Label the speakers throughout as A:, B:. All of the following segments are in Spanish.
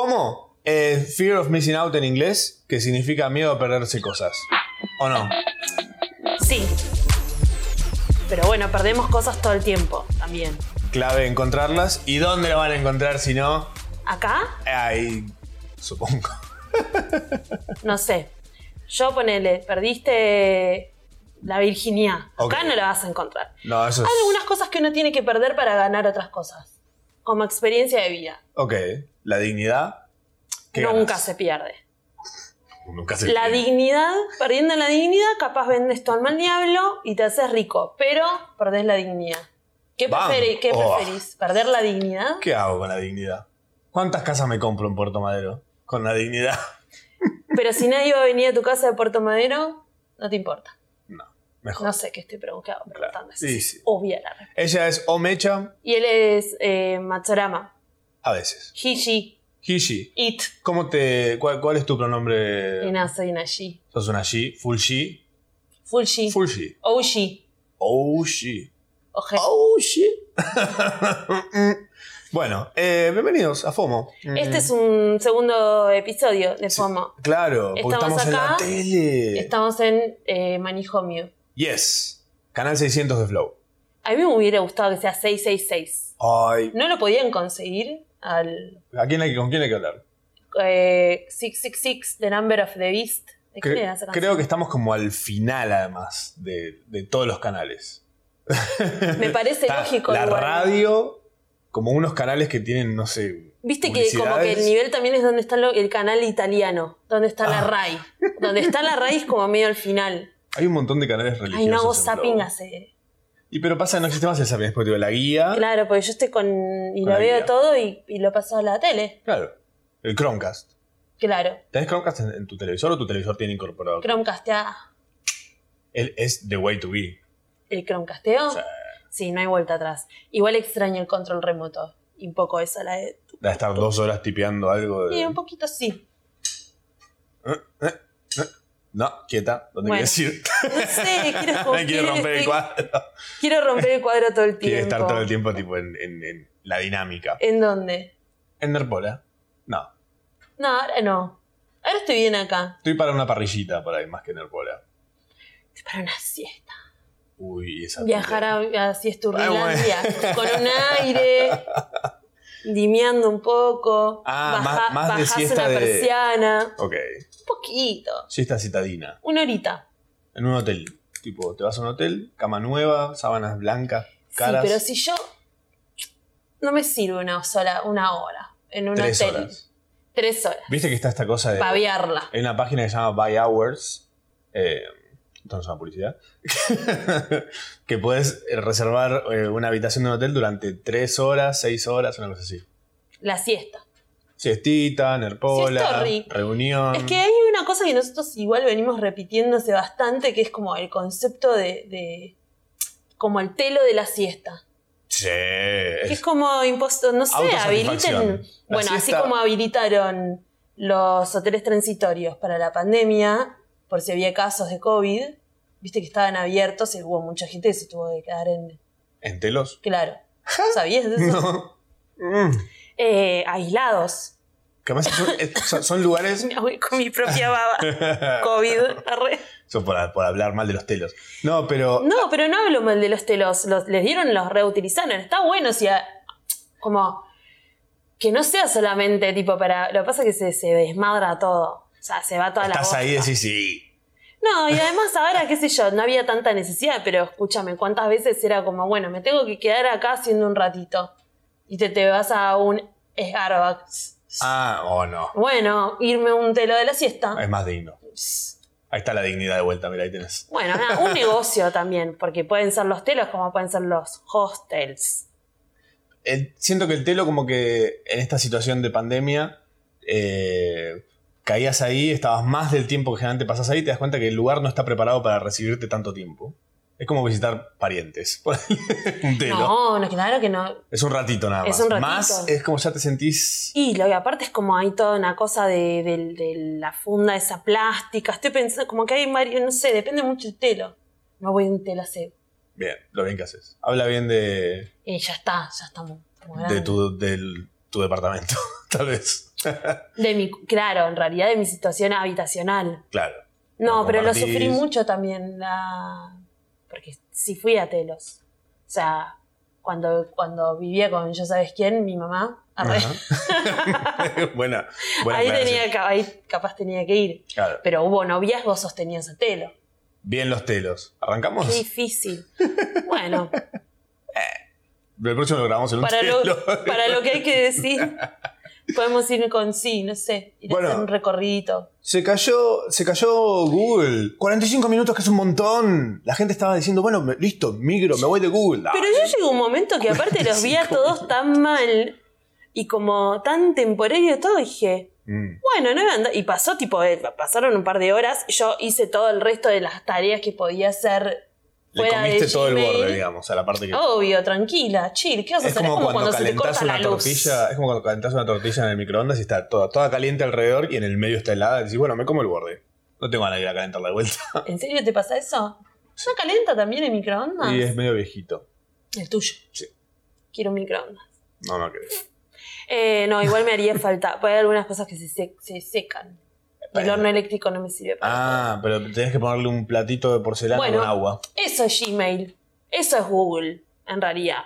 A: FOMO, eh, Fear of Missing Out en inglés, que significa miedo a perderse cosas. ¿O no?
B: Sí. Pero bueno, perdemos cosas todo el tiempo también.
A: Clave encontrarlas. ¿Y dónde lo van a encontrar si no?
B: ¿Acá?
A: Ahí, supongo.
B: No sé. Yo ponele, perdiste la virginidad. Acá
A: Ok.
B: no la vas a encontrar.
A: No, eso es...
B: Hay algunas cosas que uno tiene que perder para ganar otras cosas. Como experiencia de vida.
A: Ok, la dignidad. ¿Qué
B: Nunca
A: ganas?
B: se pierde.
A: Nunca se...
B: La dignidad, perdiendo la dignidad, capaz vendes tu alma al diablo y te haces rico, pero perdés la dignidad. ¿Qué,
A: Vamos.
B: preferi- qué
A: Oh.
B: preferís? ¿Perder la dignidad?
A: ¿Qué hago con la dignidad? ¿Cuántas casas me compro en Puerto Madero? Con la dignidad.
B: Pero si nadie va a venir a tu casa de Puerto Madero, no te importa.
A: Mejor.
B: No sé qué estoy preguntando. preguntando. Es
A: Sí, sí.
B: Obvia la respuesta.
A: Ella es Omecha
B: Y él es eh, Matsurama.
A: a veces.
B: Hiji,
A: Hishi.
B: It,
A: ¿Cómo te. cuál, cuál es tu pronombre?
B: Inasa, Inashi.
A: Sos una Shi, full Shi.
B: Fulshi,
A: Full Shi.
B: Oushi,
A: Oh Shi.
B: Oje.
A: Oh Shi. bueno, eh, bienvenidos a FOMO.
B: Este es un segundo episodio de
A: Sí.
B: FOMO.
A: Claro, porque
B: Estamos
A: estamos, en la
B: acá.
A: tele.
B: Estamos en eh, Manijomio.
A: Yes. Canal 600 de Flow.
B: A mí me hubiera gustado que sea 666.
A: Ay.
B: No lo podían conseguir al
A: ¿A quién hay, que- ¿Con quién hay que hablar?
B: eh, 666, The Number of the Beast. ¿De quién
A: Cre-
B: era esa
A: creo
B: canción?
A: que estamos como al final, además, de, de todos los canales.
B: Me parece
A: Está
B: lógico.
A: La
B: igual.
A: radio, como unos canales que tienen, no sé.
B: Viste que como que
A: publicidades.
B: el nivel también es donde está lo- el canal italiano, donde está la
A: Ah.
B: RAI. Donde está la RAI es como medio al final.
A: Hay un montón de canales religiosos.
B: Ay, no hago
A: en
B: zapping
A: Flow.
B: hace.
A: Y pero pasa, no existe más el zapping, es porque te digo, la guía. Claro.
B: Claro, porque yo estoy con. y
A: Ah. Con
B: lo
A: la
B: veo
A: guía.
B: todo y, y lo paso a la tele.
A: El Chromecast.
B: Claro.
A: ¿Tenés Chromecast en, en tu televisor o tu televisor tiene incorporado?
B: Chromecastea.
A: El- es the way to be.
B: el Chromecasteo.
A: Sí.
B: Sí. no hay vuelta atrás. Igual extraño el control remoto. Y un poco esa la de.
A: De estar dos horas tipeando algo. De...
B: Y un poquito sí.
A: No, quieta, ¿dónde
B: Bueno.
A: quieres ir?
B: No sé, quiero como-
A: Me quiero romper el
B: estoy-
A: cuadro.
B: Quiero romper el cuadro todo el tiempo.
A: Quiere estar todo el tiempo tipo en, en- en la dinámica.
B: ¿En dónde?
A: En Nerpola. No.
B: No, ahora no. Ahora estoy bien acá.
A: Estoy para una parrillita por ahí, más que Nerpola.
B: Estoy para una siesta.
A: Uy, esa.
B: Viajar a, a Siesturrilandia
A: Ay, Ah, bueno.
B: con un aire. Limeando un poco.
A: Ah, más- más de
B: bajás
A: siesta
B: una
A: de-
B: persiana.
A: Ok.
B: Un poquito.
A: Siesta citadina.
B: Una horita.
A: En un hotel. Tipo, te vas a un hotel, cama nueva, sábanas blancas, caras.
B: Sí, pero si yo no me sirve una sola, una hora en un
A: tres
B: hotel.
A: horas.
B: Tres horas.
A: Viste que está esta cosa de.
B: Paviarla.
A: Hay una página que se llama Buy Hours. Eh, esto no es una publicidad. que puedes eh, reservar eh, una habitación de un hotel durante tres horas, seis horas, una cosa así.
B: La siesta.
A: Siestita, Nerpola,
B: Siestorri.
A: reunión.
B: Es que hay una cosa que nosotros igual venimos repitiendo hace bastante, que es como el concepto de. de- como el telo de la siesta.
A: Sí.
B: Que es como impuesto, no sé,
A: Autosatisfacción.
B: habiliten.
A: La
B: Bueno, así
A: siesta-
B: como habilitaron los hoteles transitorios para la pandemia, por si había casos de COVID, viste que estaban abiertos y hubo mucha gente que se tuvo que quedar en.
A: ¿En telos?
B: Claro. ¿Sabías de eso?
A: No. Mm.
B: eh, aislados.
A: Que además son, eh, son- son lugares.
B: Me ahogué con mi propia baba. COVID. arre.
A: son por, por hablar mal de los telos. No, pero.
B: No, pero no hablo mal de los telos. Los, les dieron, los reutilizaron. Está bueno, o sea, como que no sea solamente tipo para. Lo que pasa es que se, se desmadra todo. O sea, se va toda
A: estás
B: la. bosta.
A: ahí y decís sí.
B: No, y además ahora, qué sé yo, no había tanta necesidad, pero escúchame, cuántas veces era como, bueno, me tengo que quedar acá haciendo un ratito. Y te, te vas a un Starbucks.
A: Ah, o no.
B: Bueno, irme a un telo de la siesta.
A: Es más digno. Ahí está la dignidad de vuelta, mira, ahí tenés.
B: Bueno, nada, un negocio también, porque pueden ser los telos como pueden ser los hostels.
A: El- siento que el telo, como que en esta situación de pandemia, eh, caías ahí, estabas más del tiempo que generalmente pasas ahí, y te das cuenta que el lugar no está preparado para recibirte tanto tiempo. Es como visitar parientes. un telo.
B: No, no, claro que no.
A: Es un ratito nada más.
B: Es un ratito.
A: Más es como ya te sentís.
B: Y lo que aparte es como hay toda una cosa de, de- de la funda esa plástica. Estoy pensando, como que hay varios, no sé, depende mucho del telo. No voy a un telo hace.
A: Bien, lo bien que haces. Habla bien de,
B: Y ya Eh, está, ya estamos. estamos
A: de,
B: grandes.
A: tu, del- tu departamento, tal vez.
B: De mi, claro, en realidad de mi situación habitacional.
A: Claro.
B: No,
A: Lo
B: pero lo
A: compartís.
B: sufrí mucho también. la- Porque sí fui a Telos. O sea, cuando, cuando vivía con yo sabes quién, mi mamá. arre,
A: Ajá. buena, buena
B: ahí,
A: aclaración.
B: tenía, ca- ahí capaz tenía que ir.
A: Claro.
B: Pero hubo noviazgos sostenidos a Telos.
A: Bien los telos. ¿Arrancamos?
B: Qué difícil. Bueno,
A: El próximo lo grabamos en un
B: para
A: telo.
B: lo, para lo que hay que decir, podemos ir con sí, no sé, ir
A: Bueno.
B: a hacer un recorrido.
A: Se cayó, se cayó Google. 45 minutos, que es un montón. La gente estaba diciendo, bueno, me- listo, migro, me voy de Google. Ah,
B: Pero yo llegó un momento que aparte los vi a todos tan mal y como tan temporero y todo, dije,
A: mm,
B: bueno, no iba a andar. Y pasó tipo, eh, pasaron un par de horas, yo hice todo el resto de las tareas que podía hacer.
A: Le
B: fuera de
A: comiste todo el
B: Gmail.
A: borde, digamos, a la parte que.
B: Obvio, tranquila, chill, ¿qué vas a
A: Es
B: hacer?
A: como, cuando,
B: se te
A: calentás
B: corta
A: una
B: la luz.
A: tortilla, es como cuando calentás una tortilla en el microondas y está toda, toda caliente alrededor y en el medio está helada. Y decís, bueno, me como el borde. No tengo ganas de ir a calentarla de vuelta.
B: ¿En serio te pasa eso? ¿No calienta también el microondas?
A: Y es medio viejito.
B: El tuyo.
A: Sí.
B: Quiero un microondas.
A: No, no querés.
B: Eh, no, igual me haría falta. Pues hay algunas cosas que se, sec- se secan. El
A: Bueno.
B: horno eléctrico no me sirve para.
A: Ah, pero tenés que ponerle un platito de porcelana
B: Bueno.
A: con agua.
B: Eso es Gmail. Eso es Google, en realidad.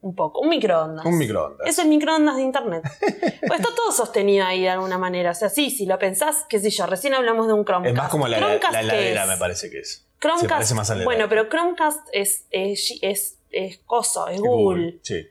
B: Un poco. Un microondas.
A: Un microondas.
B: Es el microondas de internet. Pues está todo sostenido ahí de alguna manera. O sea, sí, si lo pensás, qué sé yo, recién hablamos de un Chromecast.
A: Es más como la,
B: Chromecast,
A: la
B: ¿qué
A: heladera,
B: es?
A: me parece que es. Se
B: Chromecast.
A: parece más a la
B: bueno,
A: heladera.
B: pero Chromecast es, es, es, es coso, es Google.
A: Sí.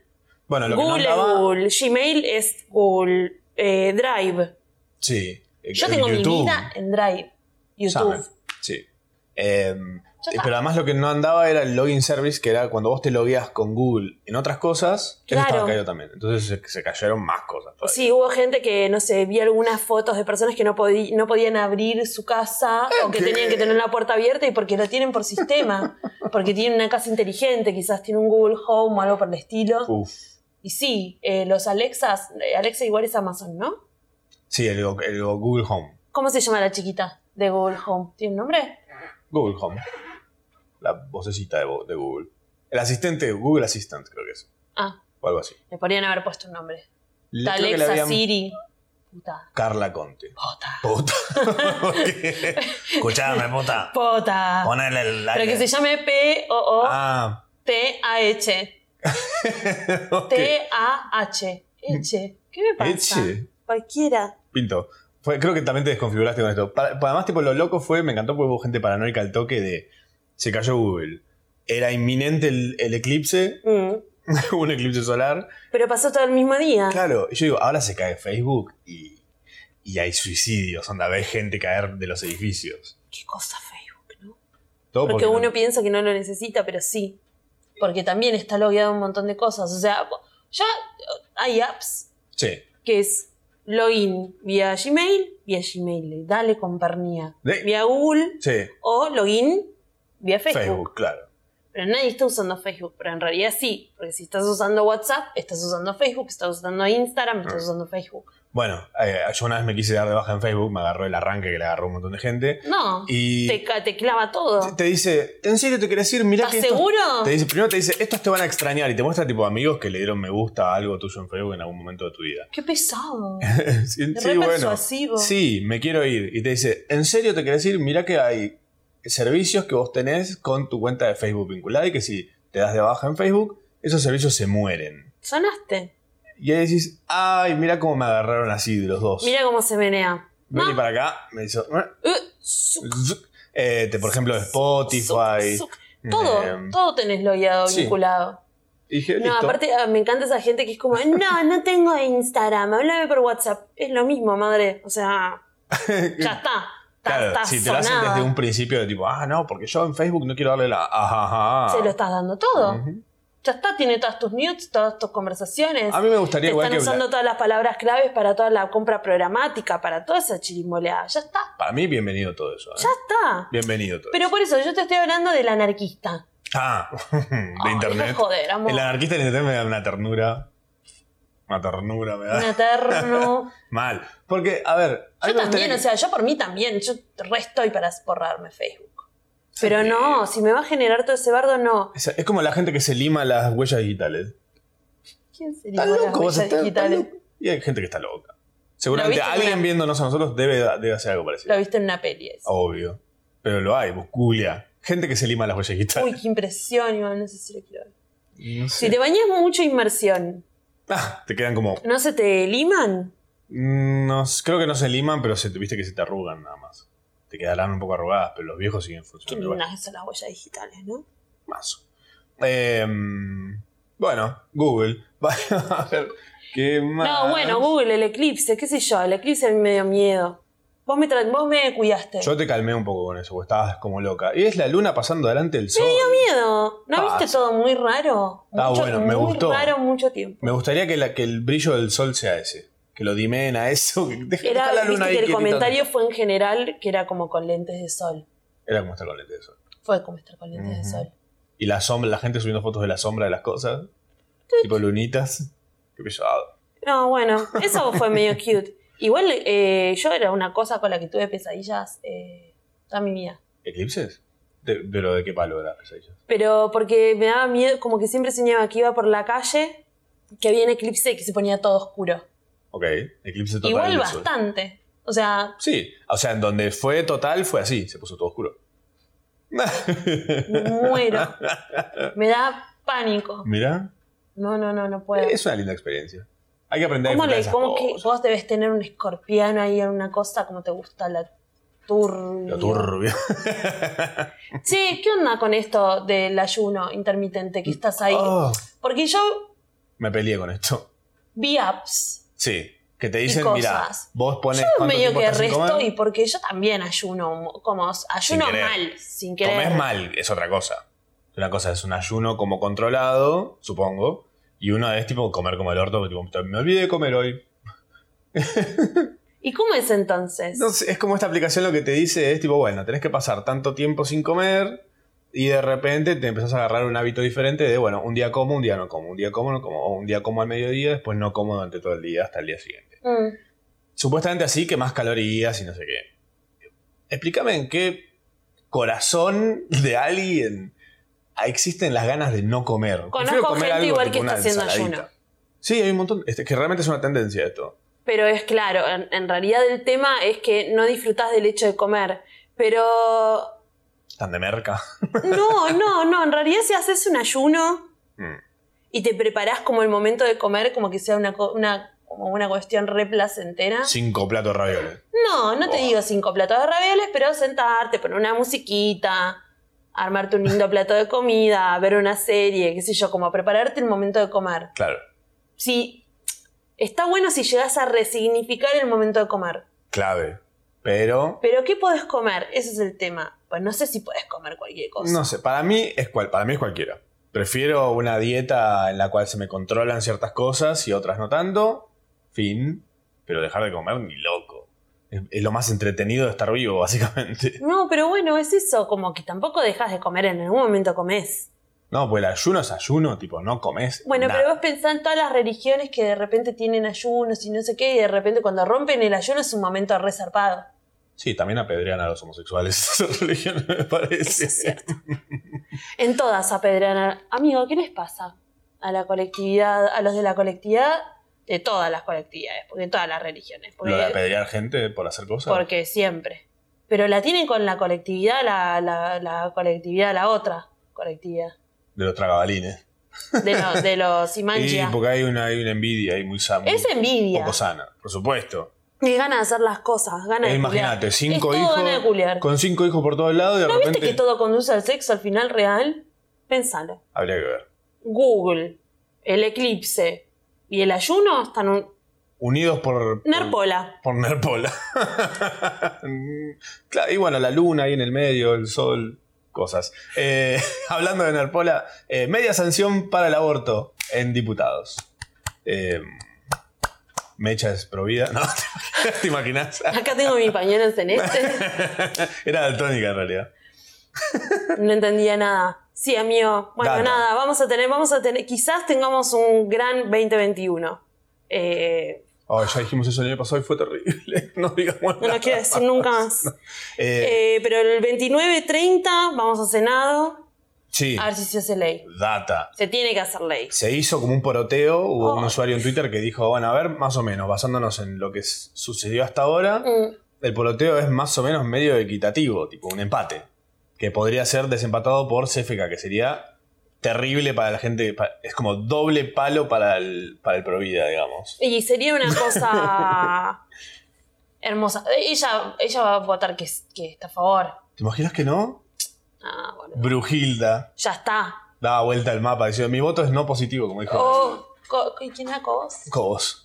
A: Bueno, lo
B: Google
A: que no andaba-
B: es Google. Gmail es Google. Eh, Drive.
A: Sí. Eh,
B: Yo
A: en
B: tengo mi
A: YouTube,
B: vida en Drive. YouTube.
A: saben, Sí. Eh,
B: Ya está.
A: pero además lo que no andaba era el login service, que era cuando vos te logueas con Google en otras cosas, eso
B: Claro.
A: estaba caído también. Entonces se, se cayeron más cosas. todavía.
B: Sí, hubo gente que, no sé, vi algunas fotos de personas que no, podí- no podían abrir su casa o que
A: ¿Qué?
B: tenían que tener la puerta abierta y porque lo tienen por sistema, porque tienen una casa inteligente, quizás tiene un Google Home o algo por el estilo.
A: Uf.
B: Y sí, eh, los Alexas, eh, Alexa igual es Amazon, ¿no?
A: Sí, el, el Google Home.
B: ¿Cómo se llama la chiquita de Google Home? ¿Tiene un nombre?
A: Google Home. La vocecita de, Bo- de Google. El asistente, Google Assistant creo que es.
B: Ah,
A: O algo así.
B: le podrían haber puesto un nombre.
A: Le-
B: Ta
A: creo que le
B: Alexa,
A: habían-
B: Siri. Puta.
A: Carla Conte.
B: Pota.
A: Puta. Escuchame, puta.
B: Pota.
A: Ponele el
B: Ah, Pero que se llame P-O-O-T-A-H.
A: Ah, ok.
B: T-A-H. Eche. ¿Qué me pasa?
A: Eche.
B: Cualquiera.
A: Pinto. Fue- creo que también te desconfiguraste con esto. Pa- pa- además, tipo, lo loco fue, me encantó porque hubo gente paranoica al toque de. Se cayó Google. Era inminente el, el eclipse,
B: Mm.
A: un eclipse solar.
B: Pero pasó todo el mismo día.
A: Claro, y yo digo, ahora se cae Facebook y, y hay suicidios, onda, ves gente caer de los edificios.
B: Qué cosa Facebook, ¿no?
A: Todo
B: Porque
A: no-
B: uno piensa que no lo necesita, pero sí. Porque también está logueado un montón de cosas. O sea, ya hay apps
A: Sí.
B: que es login vía Gmail, vía Gmail, dale compañía.
A: Sí.
B: Vía Google
A: Sí,
B: o login vía
A: Facebook,
B: Facebook.
A: claro.
B: Pero nadie está usando Facebook, pero en realidad sí. Porque si estás usando WhatsApp, estás usando Facebook, estás usando Instagram, estás
A: Mm.
B: usando Facebook.
A: Bueno, eh, yo una vez me quise dar de baja en Facebook, me agarró el arranque que le agarró un montón de gente.
B: No,
A: Y
B: te, ca- te clava todo.
A: te dice, ¿en serio te querés ir? Mirá
B: ¿Estás
A: que estos-
B: seguro?
A: Te dice, primero te dice, estos te van a extrañar y te muestra tipo amigos que le dieron me gusta a algo tuyo en Facebook en algún momento de tu vida.
B: Qué pesado.
A: sí,
B: Re
A: sí, bueno.
B: persuasivo.
A: Sí, me quiero ir. Y te dice, ¿en serio te querés ir? Mirá que hay servicios que vos tenés con tu cuenta de Facebook vinculada y que si te das de baja en Facebook, esos servicios se mueren.
B: Sonaste.
A: Y ahí decís, ay, mira cómo me agarraron así de los dos.
B: Mira cómo se menea.
A: Vení
B: No.
A: para acá, me hizo... "Eh".
B: Eh, zuc,
A: Eh, te- por ejemplo, Spotify.
B: zuc, zuc. Todo,
A: eh,
B: todo tenés logueado,
A: sí.
B: vinculado.
A: y dije,
B: No,
A: "Listo".
B: aparte ah, me encanta esa gente que es como, no, no tengo Instagram, háblame por WhatsApp. Es lo mismo, madre. O sea, ya está. Está,
A: Claro,
B: está
A: si te lo hacen
B: sonada.
A: desde un principio de tipo, ah, no, porque yo en Facebook no quiero darle la. Ajá, ajá, ajá".
B: Se lo estás dando todo.
A: Ah. Ujú.
B: Ya está, tiene todas tus nudes, todas tus conversaciones.
A: A mí me
B: Te
A: gustaría Ah, igual
B: están
A: que.
B: usando todas las palabras claves para toda la compra programática, para toda esa chirimboleada. Ya está,
A: Para mí, bienvenido todo eso. ¿eh?
B: ya está.
A: Bienvenido todo
B: Pero por eso yo te estoy hablando del anarquista.
A: eso. Ah, de
B: Ay,
A: internet.
B: joder, amor.
A: El anarquista en internet me da una ternura. Una ternura, me da.
B: Un eterno.
A: Mal. Porque, a ver. a mí
B: Yo
A: me gustaría
B: también, o
A: que-
B: sea, yo por mí también. Yo re estoy para borrarme Facebook.
A: Sí.
B: Pero no, si me va a generar todo ese bardo, no.
A: Es, es como la gente que se lima las huellas digitales.
B: ¿Quién sería
A: Está
B: con las
A: loco, vos
B: huellas
A: estás- estás
B: digitales?
A: loco. Y hay gente que está loca. Seguramente
B: Lo viste
A: alguien
B: en una-
A: viéndonos a nosotros debe, debe hacer algo parecido.
B: Lo viste en una peli.
A: Oh,
B: eso.
A: Obvio. Pero lo hay, vos Julia. Gente que se lima las huellas
B: Uy,
A: digitales.
B: qué impresión, Iván, no sé si lo quiero ver.
A: No sé.
B: Si te bañas mucho inmersión,
A: Ah, te quedan como.
B: ¿no se te liman?
A: mm, No, s- creo que no se liman, pero se, viste que se te arrugan nada más. Te quedarán un poco arrugadas, pero los viejos siguen
B: Qué
A: funcionando. igual.
B: lindas son las huellas digitales, ¿no?
A: Mazo. Em, bueno, Google. Vaya a ver qué más.
B: No, bueno, Google, el eclipse, qué sé yo, el eclipse a mí me dio miedo. Vos me, tra- vos me cuidaste.
A: Yo te calmé un poco con eso, porque estabas como loca. Y es la luna pasando delante del sol.
B: miedo. ¿No
A: Pasa.
B: viste todo muy raro?
A: Ah, bueno, me
B: muy
A: gustó.
B: raro mucho tiempo.
A: Me gustaría que, la- que el brillo del sol sea ese. Que lo dimen a eso. que deja-
B: Era,
A: deja la luna
B: viste
A: ahí
B: que el
A: quietita.
B: comentario fue en general que era como con lentes de sol.
A: Era como estar con lentes de sol.
B: Fue como estar con lentes de
A: Ujú.
B: sol.
A: Y la sombra, la gente subiendo fotos de la sombra de las cosas. Tipo lunitas. Qué Ah, pesado.
B: No, bueno, eso fue medio cute. Igual eh, yo era una cosa con la que tuve pesadillas eh, toda mi vida.
A: ¿Eclipses? De- ¿Pero de qué palo era pesadillas?
B: Pero porque me daba miedo, como que siempre soñaba que iba por la calle, que había un eclipse y que se ponía todo oscuro.
A: Ok, eclipse total.
B: Igual
A: del sol.
B: bastante. O sea,
A: Sí, o sea, en donde fue total fue así, se puso todo oscuro.
B: muero. Me da pánico.
A: Mira,
B: No, no, no, no puedo.
A: es una linda experiencia. Hay que aprender
B: ¿Cómo,
A: a disfrutar
B: le,
A: esas
B: cómo que
A: cosas.
B: vos debes tener un escorpiano ahí en una cosa como te gusta la turbia?
A: Lo turbio.
B: Sí, ¿qué onda con esto del ayuno intermitente que estás ahí?
A: Oh,
B: Porque yo
A: me peleé con esto.
B: vi apps.
A: Sí, que te dicen,
B: cosas.
A: mira, vos pones
B: Yo
A: cuánto
B: medio
A: tiempo
B: que
A: estás sin
B: resto y
A: comer,
B: porque yo también ayuno, como ayuno
A: querer.
B: mal, sin querer.
A: comes mal, es otra cosa. Una cosa es un ayuno como controlado, supongo, y una es tipo comer como el orto, tipo, me olvidé de comer hoy,
B: ¿Y cómo es entonces?
A: No sé, es como esta aplicación lo que te dice es tipo, bueno, tenés que pasar tanto tiempo sin comer y de repente te empezás a agarrar un hábito diferente de, bueno, un día como, un día no como, un día como, no como, o un día como al mediodía, después no como durante todo el día hasta el día siguiente.
B: Mm.
A: Supuestamente así que más calorías y no sé qué. Explícame en qué corazón de alguien existen las ganas de no comer. Prefiero
B: Conozco gente igual que
A: tipo
B: está
A: una
B: haciendo
A: ensaladita.
B: ayuno.
A: Sí, hay un montón. Este, que realmente es una tendencia esto.
B: Pero es claro, en, en realidad el tema es que no disfrutás del hecho de comer. Pero
A: Tan de merca.
B: No, no, no. En realidad, si haces un ayuno
A: Mm.
B: y te preparás como el momento de comer, como que sea una, co- una, como una cuestión re placentera.
A: Cinco platos de ravioles.
B: No, no te
A: Oh.
B: digo cinco platos de ravioles, pero sentarte, poner una musiquita, armarte un lindo plato de comida, ver una serie, qué sé yo, como prepararte el momento de comer.
A: Claro.
B: Sí, está bueno si llegas a resignificar el momento de comer.
A: clave. Pero
B: Pero ¿qué podés comer? Ese es el tema. Pues no sé si podés comer cualquier cosa.
A: no sé, para mí es cual, para mí es cualquiera. Prefiero una dieta en la cual se me controlan ciertas cosas y otras no tanto. Fin. Pero dejar de comer ni loco. Es, es lo más entretenido de estar vivo, básicamente.
B: No, pero bueno, es eso, como que tampoco dejas de comer, en algún momento comes.
A: No, pues el ayuno es ayuno, tipo, no comes.
B: Bueno,
A: nada.
B: pero vos pensás en todas las religiones que de repente tienen ayunos y no sé qué, y de repente cuando rompen el ayuno es un momento resarpado.
A: Sí, también apedrean a los homosexuales. Esa religión me
B: Eso
A: parece.
B: es cierto. En todas apedrean. a- Amigo, ¿qué les pasa? A la colectividad, a los de la colectividad, de todas las colectividades, porque de todas las religiones. Porque,
A: Lo de apedrear gente por hacer cosas.
B: porque siempre. Pero la tienen con la colectividad, la, la, la colectividad, la otra colectividad.
A: De los tragabalines.
B: De, lo- de los
A: Y
B: imanchas.
A: porque hay una, hay una envidia ahí muy, sa- muy
B: Es envidia.
A: poco sana, por supuesto.
B: Y ganas de hacer las cosas, ganas
A: Eh,
B: de
A: Imagínate,
B: culiar.
A: cinco
B: es todo
A: hijos.
B: ganas de culiar.
A: Con cinco hijos por todos lados, de
B: ¿No viste
A: repente.
B: que todo conduce al sexo al final real? Pensalo.
A: Habría que ver.
B: Google, el eclipse y el ayuno están un...
A: Unidos por. por-
B: Nerpola.
A: Por Nerpola. claro, y bueno, la luna ahí en el medio, el sol, cosas. Eh, hablando de Nerpola, eh, media sanción para el aborto en diputados. Eh, Mecha es provida, ¿no? ¿Te imaginas?
B: Acá tengo mi pañuelo en este. celeste.
A: Era daltónica en realidad.
B: No entendía nada. Sí, amigo. Bueno,
A: Gana.
B: nada, vamos a tener, vamos a tener, quizás tengamos un gran 2021. Eh,
A: Oh, ya dijimos eso el año pasado y fue terrible. No digamos
B: no
A: nada.
B: lo quiero decir nunca más.
A: Eh,
B: Eh, pero el 29-30 vamos a Senado.
A: Sí,
B: A ver si se hace ley.
A: data.
B: Se tiene que hacer ley.
A: Se hizo como un poroteo, hubo un
B: Oh.
A: usuario en Twitter que dijo, bueno, a ver, más o menos, basándonos en lo que s- sucedió hasta ahora,
B: Mm,
A: el poroteo es más o menos medio equitativo, tipo un empate, que podría ser desempatado por CFK, que sería terrible para la gente, pa- es como doble palo para el, para el Provida, digamos.
B: Y sería una cosa hermosa. Ella, ella va a votar que, que está a favor.
A: ¿Te imaginas que no?
B: Ah, boludo.
A: Brujilda
B: Ya está.
A: daba vuelta al mapa diciendo, mi voto es no positivo, como dijo
B: O, co- co- ¿Quién era Cobos?
A: Cobos.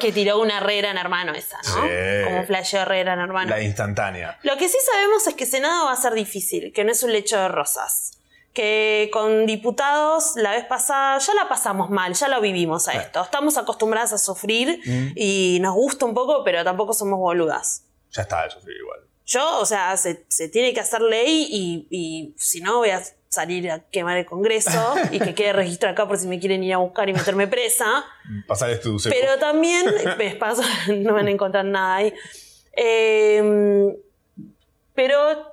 B: Que tiró una Herrera en hermano esa, ¿no?
A: Sí.
B: Como flasheo Herrera en hermano.
A: La instantánea.
B: Lo que sí sabemos es que Senado va a ser difícil, que no es un lecho de rosas. Que con diputados la vez pasada ya la pasamos mal, ya lo vivimos a esto. Estamos acostumbradas a sufrir
A: Mm.
B: y nos gusta un poco, pero tampoco somos boludas.
A: Ya está, eso fue igual.
B: Yo, o sea, se, se tiene que hacer ley y, y si no voy a salir a quemar el Congreso y que quede registro acá por si me quieren ir a buscar y meterme presa.
A: Pasar tu secu-
B: Pero también, me paso, no van a encontrar nada ahí. Eh, pero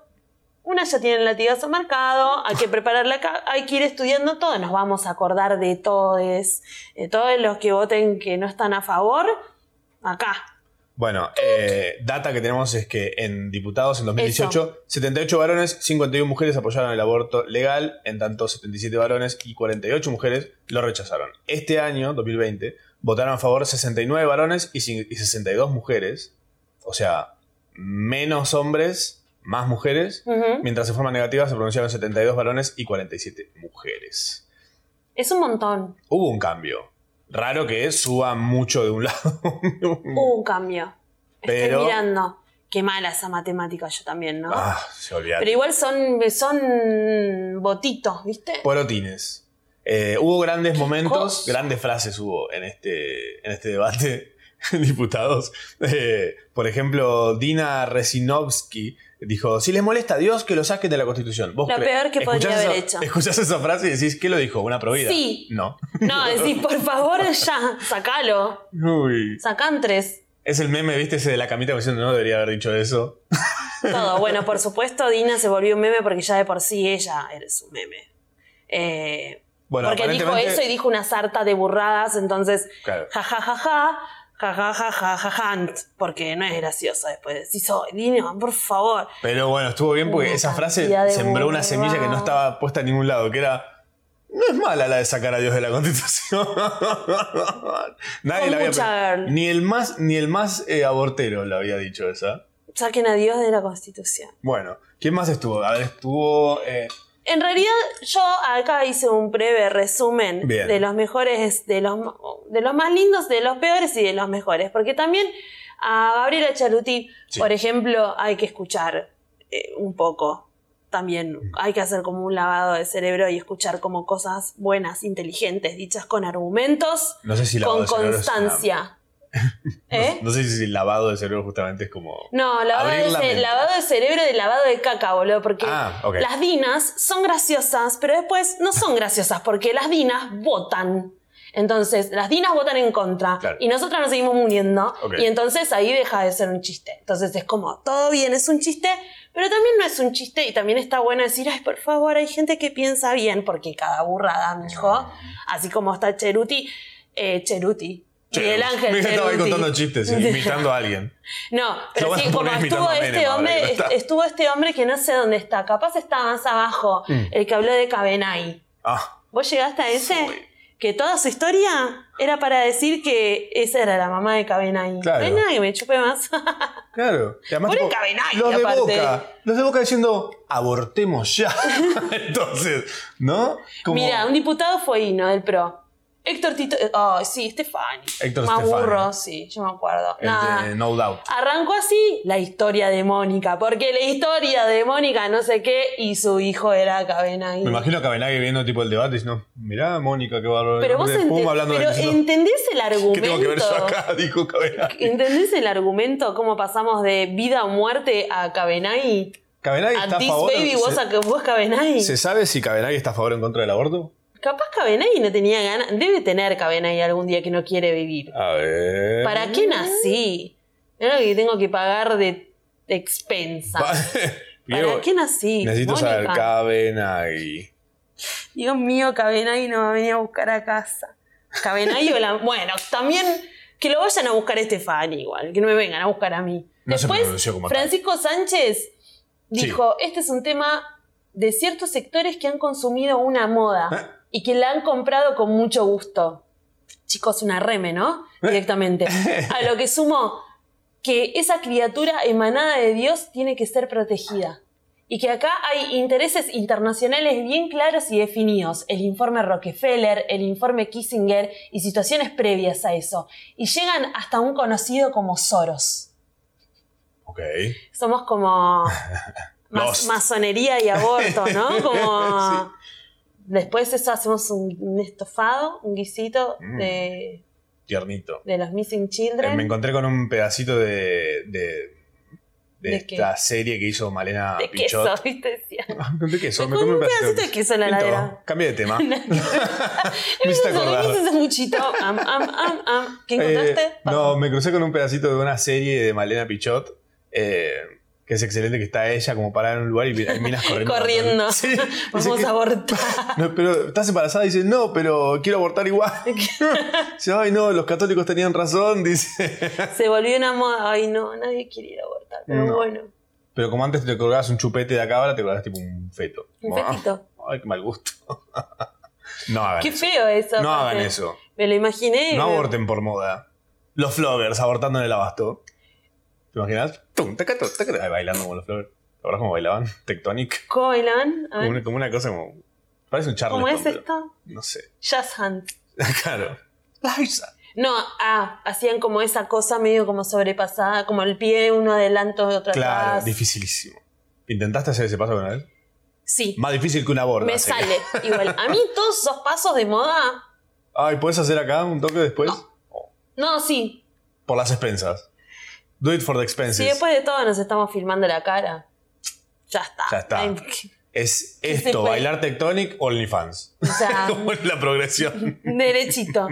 B: una ya tiene el latigazo marcado, hay que prepararla acá, hay que ir estudiando todo, nos vamos a acordar de todos, de todos los que voten que no están a favor, acá.
A: Bueno, eh, data que tenemos es que en diputados en 2018, 78 varones, 51 mujeres apoyaron el aborto legal, en tanto 77 varones y 48 mujeres lo rechazaron. Este año, 2020, votaron a favor 69 varones y cin- y 62 mujeres, o sea, menos hombres, más mujeres,
B: Ujú.
A: mientras de forma negativa se pronunciaron 72 varones y 47 mujeres.
B: Es un montón,
A: Hubo un cambio. Raro que suba mucho de un lado.
B: hubo un cambio.
A: Mm. Pero-
B: Estoy mirando. Qué mala esa matemática yo también, ¿no?
A: ah, se olvidaron.
B: Pero igual son, son botitos, ¿viste?
A: Porotines. Eh, hubo grandes momentos,
B: cosa.
A: grandes frases hubo en este, en este debate, diputados. Eh, por ejemplo, Dina Resinovsky dijo, si les molesta a Dios, que lo saquen de la Constitución. ¿Vos
B: Lo
A: cre-
B: peor que podría
A: escuchás
B: haber
A: esa-
B: hecho.
A: Escuchás esa frase y decís, ¿qué lo dijo? ¿Una provida?
B: Sí.
A: No.
B: No, decís, por favor, ya, sacalo.
A: Uy.
B: Sacan tres.
A: Es el meme, viste, ese de la camita diciendo, no debería haber dicho eso.
B: Todo. Bueno, por supuesto, Dina se volvió un meme porque ya de por sí ella eres un meme. Eh,
A: Bueno,
B: porque dijo
A: aparentemente-
B: eso y dijo una sarta de burradas, entonces,
A: Claro.
B: ja, ja, ja, ja, ja, ja, ja, ja, ja, jant, porque no es gracioso después. Si soy Dina, por favor.
A: Pero bueno, estuvo bien porque
B: Una
A: esa frase
B: cantidad de
A: sembró una
B: burra.
A: semilla que no estaba puesta en ningún lado, que era. No es mala la de sacar a Dios de la Constitución. Nadie
B: Con
A: la había
B: mucha-
A: pe- Ni el más, ni el más eh, abortero la había dicho esa.
B: Saquen a Dios de la Constitución.
A: Bueno, ¿quién más estuvo? A ver, estuvo. eh,
B: En realidad, yo acá hice un breve resumen
A: Bien.
B: de los mejores, de los, ma- de los más lindos, de los peores y de los mejores. Porque también a Gabriela Charuti,
A: Sí.
B: por ejemplo, hay que escuchar eh, un poco. También hay que hacer como un lavado de cerebro y escuchar como cosas buenas, inteligentes, dichas con argumentos,
A: no sé si lavado
B: con
A: de cerebro es una-
B: constancia. ¿Eh?
A: No, sé si el lavado de cerebro justamente es como.
B: No, lavado
A: Abrir
B: de,
A: la
B: ce-
A: mente.
B: lavado de cerebro de lavado de caca, boludo, porque
A: Ah, ok.
B: las dinas son graciosas, pero después no son graciosas porque las dinas votan. Entonces, las dinas votan en contra
A: Claro.
B: y nosotras nos seguimos uniendo
A: Ok.
B: y entonces ahí deja de ser un chiste. Entonces es como, todo bien, es un chiste, pero también no es un chiste y también está bueno decir, ay, por favor, hay gente que piensa bien porque cada burrada, mijo, así como está Cheruti, eh, Cheruti,
A: Che,
B: Miguel Ángel
A: me estaba ahí
B: Cheruti.
A: contando chistes, imitando a alguien.
B: No,
A: Lo
B: pero
A: vas
B: sí,
A: a
B: como
A: poner imitando
B: estuvo
A: a
B: este
A: Menem ahora,
B: hombre,
A: ya está.
B: est- estuvo este hombre que no sé dónde está, capaz está más abajo,
A: Mm.
B: el que habló de Cabenay.
A: Ah,
B: ¿Vos llegaste a ese?
A: Uy.
B: Que toda su historia era para decir que esa era la mamá de Cabenay.
A: Claro.
B: No hay nada que me chupe más.
A: Claro. Y además,
B: Pobre
A: tipo,
B: Cabenaghi,
A: los de
B: aparte.
A: Boca. Los de Boca diciendo, abortemos ya. Entonces, ¿no? Como-
B: Mira, un diputado fue Hino del PRO. Héctor Tito. eh, Oh, sí, Stefani.
A: Héctor
B: Más
A: Stefani.
B: burro, sí, yo me acuerdo.
A: el
B: Nada.
A: de No Doubt.
B: Arrancó así la historia de Mónica, porque la historia de Mónica no sé qué y su hijo era Cabenay.
A: Me imagino a Cabenaghi viendo tipo el debate diciendo, mirá, Mónica, qué bárbaro.
B: Pero vos
A: de
B: ente-
A: Puma hablando
B: pero
A: de diciendo,
B: entendés el argumento.
A: ¿Qué tengo que ver yo acá? Dijo Cabenaghi.
B: ¿Entendés el argumento? ¿Cómo pasamos de vida o muerte a Cabenay?
A: Cabenaghi
B: A
A: está a
B: this
A: favor.
B: baby vos,
A: ¿Se,
B: a, vos Cabenay.
A: se sabe si Cabenaghi está a favor o en contra del aborto?
B: Capaz Cabenay no tenía ganas. Debe tener Cabenay algún día que no quiere vivir.
A: A ver.
B: ¿Para qué nací? Era lo que tengo que pagar de de expensa.
A: Pa-
B: ¿Para
A: Diego,
B: qué nací?
A: Necesito saber,
B: Mónica?
A: Cabenaghi.
B: Dios mío, Cabenay no va a venir a buscar a casa. Cabenay o la... Bueno, también que lo vayan a buscar a Estefani igual, que no me vengan a buscar a mí.
A: No se
B: Después,
A: pronunció como tal.
B: Francisco Sánchez dijo, este es un tema de ciertos sectores que han consumido una moda
A: ¿Eh?
B: y que la han comprado con mucho gusto. Chicos, una reme, ¿no? Directamente. A lo que sumo que esa criatura emanada de Dios tiene que ser protegida. Y que acá hay intereses internacionales bien claros y definidos. El informe Rockefeller, el informe Kissinger y situaciones previas a eso. Y llegan hasta un conocido como Soros.
A: Ok.
B: Somos como
A: Los.
B: mas- masonería y aborto, ¿no? Como... Después de eso hacemos un, un estofado, un guisito
A: Mm.
B: de,
A: Tiernito.
B: de los Missing
A: Eh,
B: Children.
A: me encontré con un pedacito de. de, de
B: ¿De qué?
A: esta serie que hizo Malena
B: de queso,
A: Pichot.
B: ¿viste? Decía.
A: ¿De queso?
B: Me comí un pedacito de queso en la
A: Pintó.
B: heladera.
A: Cambié de tema. me
B: ¿Qué
A: hiciste acordar.
B: ese muchito? Am, am, am, am. ¿Qué encontraste?
A: Eh, no, me crucé con un pedacito de una serie de Malena Pichot. eh, que es excelente que está ella como parada en un lugar y mira- hay minas corriendo.
B: Corriendo.
A: Sí. Dice
B: Vamos
A: que-
B: a abortar.
A: No, pero estás embarazada y dice, no, pero quiero abortar igual. dice, ay no, los católicos tenían razón, dice.
B: Se volvió una moda. Ay, no, nadie quiere ir a abortar. Pero
A: No.
B: bueno,
A: Pero como antes te colgabas un chupete de acá, ahora te colgás tipo un feto.
B: un
A: Como,
B: fetito.
A: Ay, qué mal gusto. no hagan
B: Qué
A: ah, eso.
B: feo eso.
A: No
B: aparte.
A: hagan eso.
B: Me lo imaginé. y
A: No
B: me-
A: aborten por moda. Los floggers abortando en el abasto. ¿Te imaginas? Tum, taca, tum, taca. Ay, bailando como los floggers. ¿Te acuerdas cómo bailaban? Tectonic.
B: ¿Cómo bailan? A ver,
A: Como una, como una cosa como. Parece un charleston.
B: ¿Cómo es
A: pero
B: esto?
A: No sé.
B: Jazz hand.
A: claro. Liza.
B: No, ah, hacían como esa cosa medio como sobrepasada, como el pie uno adelanto de otro
A: Claro,
B: atrás.
A: dificilísimo. ¿Intentaste hacer ese paso con él?
B: Sí,
A: Más difícil que una borda.
B: me
A: así que-
B: sale. Igual, a mí todos esos pasos de moda,
A: Ay, ¿puedes hacer acá un toque después?
B: no, sí,
A: Por las expensas. Do it for the
B: Si
A: expenses.
B: después de todo nos estamos filmando la cara, ya está.
A: Ya está.
B: Ay,
A: Es
B: se
A: esto,
B: puede.
A: bailar Tectonic o OnlyFans.
B: o sea,
A: ¿Cómo es la progresión?
B: derechito.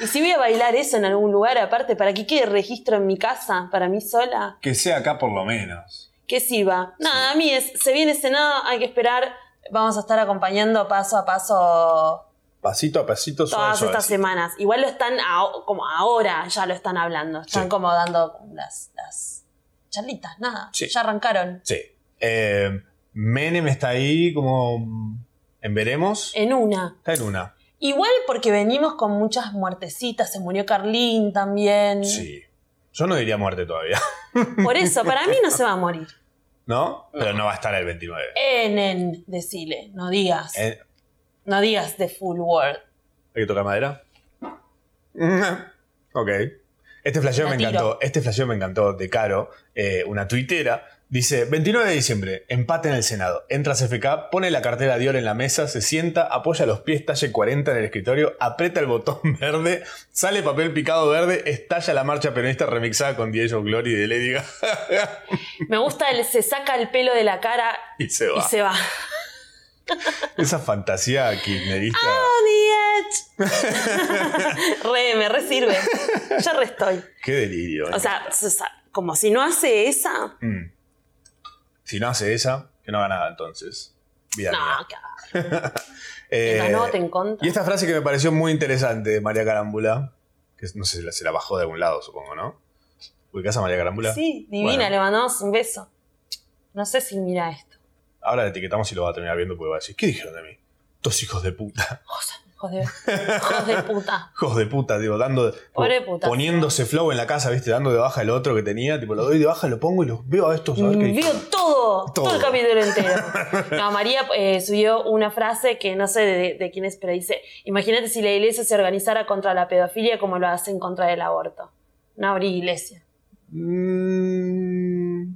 B: Y si voy a bailar eso en algún lugar, aparte, para que quede registro en mi casa, para mí sola,
A: Que sea acá por lo menos.
B: que sirva. Nada, a mí es, se viene cenado, hay que esperar, vamos a estar acompañando paso a paso
A: Pasito a pasito, suave,
B: todas
A: suave.
B: estas semanas. Igual lo están, aho- como ahora ya lo están hablando, están
A: Sí.
B: como dando las, las charlitas, nada,
A: Sí.
B: ya arrancaron.
A: Sí. Eh, Menem está ahí como en veremos.
B: En una.
A: Está en una.
B: Igual porque venimos con muchas muertecitas, se murió Carlín también.
A: Sí. Yo no diría muerte todavía,
B: Por eso, para mí no se va a morir.
A: ¿no? Pero no va a estar el 29.
B: Enen, decile, no digas.
A: Eh,
B: No digas the full word.
A: ¿Hay que tocar madera? ok. Este flasheo
B: La
A: me
B: tiro.
A: encantó. Este flasheo me encantó de Caro, eh, una tuitera. Dice, 29 de diciembre, empate en el Senado. Entra CFK, pone la cartera Dior en la mesa, se sienta, apoya los pies talle 40 en el escritorio, aprieta el botón verde, sale papel picado verde, estalla la marcha peronista remixada con Diego Glory de Lady Gaga
B: Me gusta el se saca el pelo de la cara
A: y se
B: y
A: va.
B: se va.
A: Esa fantasía kirchnerista.
B: On the edge. re, me re sirve. Ya re estoy.
A: Qué delirio. ¿eh?
B: O sea, se sa- como si no hace esa.
A: Mm. Si no hace esa, que no haga nada entonces. Vida mía.
B: No, que
A: Eh,
B: que no, te en contra.
A: y esta frase que me pareció muy interesante de María Carámbula, que no sé, se la bajó de algún lado, supongo, ¿no? ¿Ubicás a María Carámbula?
B: Sí, divina,
A: Bueno.
B: le mandamos un beso. No sé si mira esto.
A: Ahora la etiquetamos y lo va a terminar viendo porque va a decir, ¿qué dijeron de mí? Dos hijos de puta.
B: Hijos de, hijos de puta.
A: Hijos de puta, digo, dando.
B: Pobre
A: tipo,
B: puta.
A: Poniéndose flow en la casa, ¿viste? Dando de baja el otro que tenía, tipo, lo doy de baja, lo pongo y los veo a estos. A ver qué
B: Vio todo, todo,
A: Todo.
B: el capítulo entero. No, María eh, subió una frase que no sé de, de quién es, pero dice, imagínate si la iglesia se organizara contra la pedofilia como lo hacen contra el aborto. No habría iglesia.
A: Mm,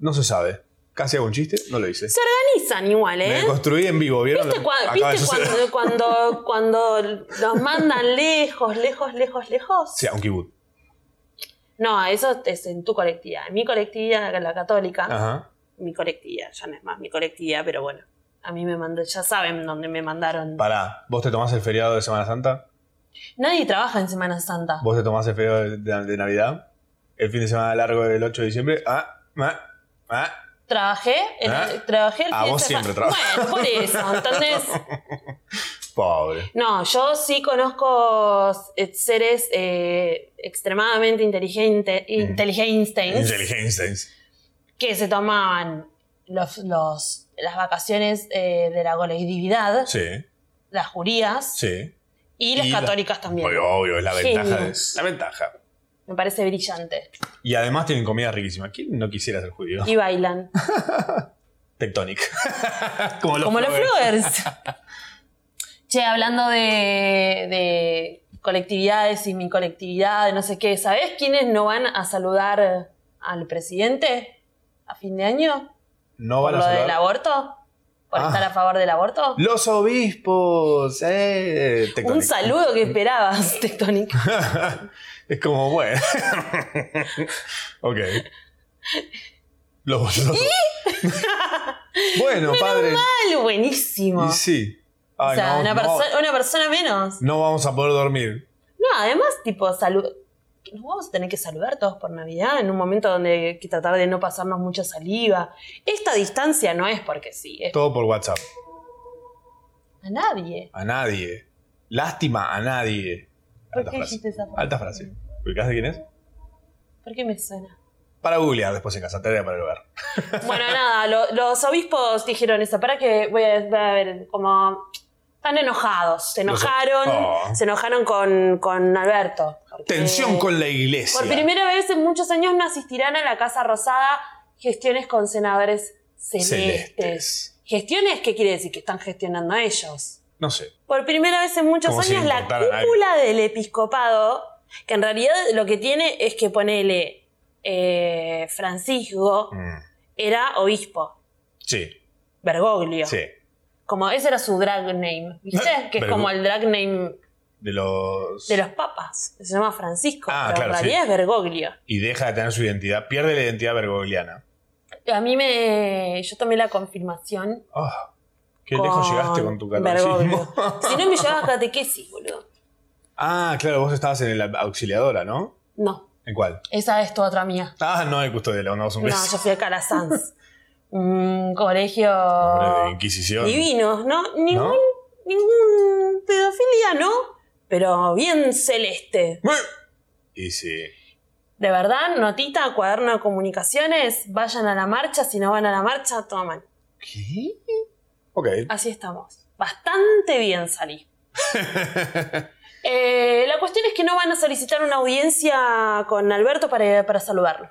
A: no se sabe. Casi hago un chiste, no lo hice.
B: Organizan igual,
A: Me
B: ¿eh?
A: construí en vivo, ¿vieron?
B: ¿Viste,
A: Lo-
B: cua-
A: acaba de
B: viste
A: suceder.
B: cuando, cuando, cuando los mandan lejos, lejos, lejos, lejos?
A: Sí, a un kibut.
B: No, eso es en tu colectividad. En mi colectividad, la católica,
A: Ajá.
B: mi colectividad, ya no es más mi colectividad, pero bueno, a mí me mandó, ya saben dónde me mandaron.
A: Pará, ¿vos te tomás el feriado de Semana Santa?
B: Nadie trabaja en Semana Santa.
A: ¿Vos te tomás el feriado de, de- de Navidad? ¿El fin de semana largo del 8 de diciembre? Ah, ah, ah.
B: Trabajé, en el-
A: ¿Eh?
B: trabajé el
A: Ah,
B: fin de
A: vos
B: semana.
A: siempre trabajás.
B: Bueno, por eso, entonces.
A: Pobre.
B: No, yo sí conozco eh, seres eh, extremadamente inteligente, inteligentes
A: Inteligencia.
B: que se tomaban los, los- las vacaciones eh, de la colectividad,
A: Sí,
B: las jurías
A: sí.
B: y las
A: Y la- oh.
B: católicas también.
A: Obvio, obvio, es la ventaja. de-
B: Genios.
A: la ventaja.
B: Me parece brillante.
A: Y además tienen comida riquísima. ¿Quién no quisiera ser judío?
B: Y bailan.
A: Tectonic. Como los
B: Como los
A: flores.
B: flowers. che, hablando de, de colectividades y mi colectividad, de no sé qué, ¿sabés quiénes no van a saludar al presidente a fin de año?
A: No
B: ¿Por
A: van a
B: lo
A: saludar.
B: del aborto? ¿Por
A: Ah.
B: estar a favor del aborto?
A: Los obispos. Eh, Tectonic.
B: Un saludo que esperabas, Tectonic.
A: es como, bueno. ok. Los, los- bueno, padre.
B: Algo buenísimo.
A: Y sí.
B: o
A: Ay,
B: sea,
A: no,
B: una,
A: no-
B: perso- una persona menos.
A: no vamos a poder dormir.
B: No, además, tipo, salud. Nos vamos a tener que saludar todos por Navidad en un momento donde hay que tratar de no pasarnos mucha saliva. Esta distancia no es porque sí, es
A: Todo por WhatsApp.
B: a nadie.
A: A nadie. Lástima a nadie.
B: ¿Por
A: Alta
B: qué
A: frase.
B: dijiste esa frase?
A: Alta frase. ¿Ubicás de quién es?
B: ¿Por qué me suena?
A: Para googlear después en casa, tarea para el hogar.
B: Bueno, nada, lo- los obispos dijeron eso. ¿Para que Voy a, voy a ver, como. Están enojados. Se
A: Los-
B: enojaron.
A: Oh.
B: Se enojaron con, con Alberto. porque-
A: Tensión con la iglesia.
B: este, Por primera vez en muchos años no asistirán a la Casa Rosada gestiones con senadores celestes.
A: Celestes.
B: este. Gestiones, ¿qué quiere decir? Que están gestionando ellos.
A: No sé.
B: Por primera vez en muchos
A: Como si
B: años, la
A: importara a
B: cúpula del episcopado, que en realidad lo que tiene es que ponele eh, Francisco,
A: Mm.
B: era obispo,
A: Sí,
B: Bergoglio.
A: sí.
B: Como ese era su drag name, ¿viste? Que es
A: Bergo-
B: como el drag name
A: De los.
B: de los papas, que se llama Francisco,
A: Ah,
B: pero en
A: claro, sí.
B: realidad es Bergoglio.
A: Y deja de tener su identidad. Pierde la identidad bergogliana.
B: A mí me. Yo tomé la confirmación.
A: Ah, qué lejos llegaste con tu
B: Bergoglio.
A: catolicismo.
B: Si no me llevaba catequesis, boludo.
A: ah, claro, vos estabas en la auxiliadora, ¿no?
B: No,
A: ¿En cuál?
B: esa es tu otra mía.
A: Ah, no, el custodio, le mandamos un
B: No,
A: beso.
B: yo fui a Calasanz. Un colegio.
A: Hombre de Inquisición.
B: Divino, ¿no? Ningún,
A: ¿No?
B: ningún pedofilia, ¿no? Pero bien celeste.
A: Muy- Y sí.
B: De verdad, notita, cuaderno de comunicaciones, vayan a la marcha, si no van a la marcha, toman.
A: ¿Qué? Ok.
B: Así estamos. Bastante bien salí. Eh, la cuestión es que no van a solicitar una audiencia con Alberto para, para saludarlo.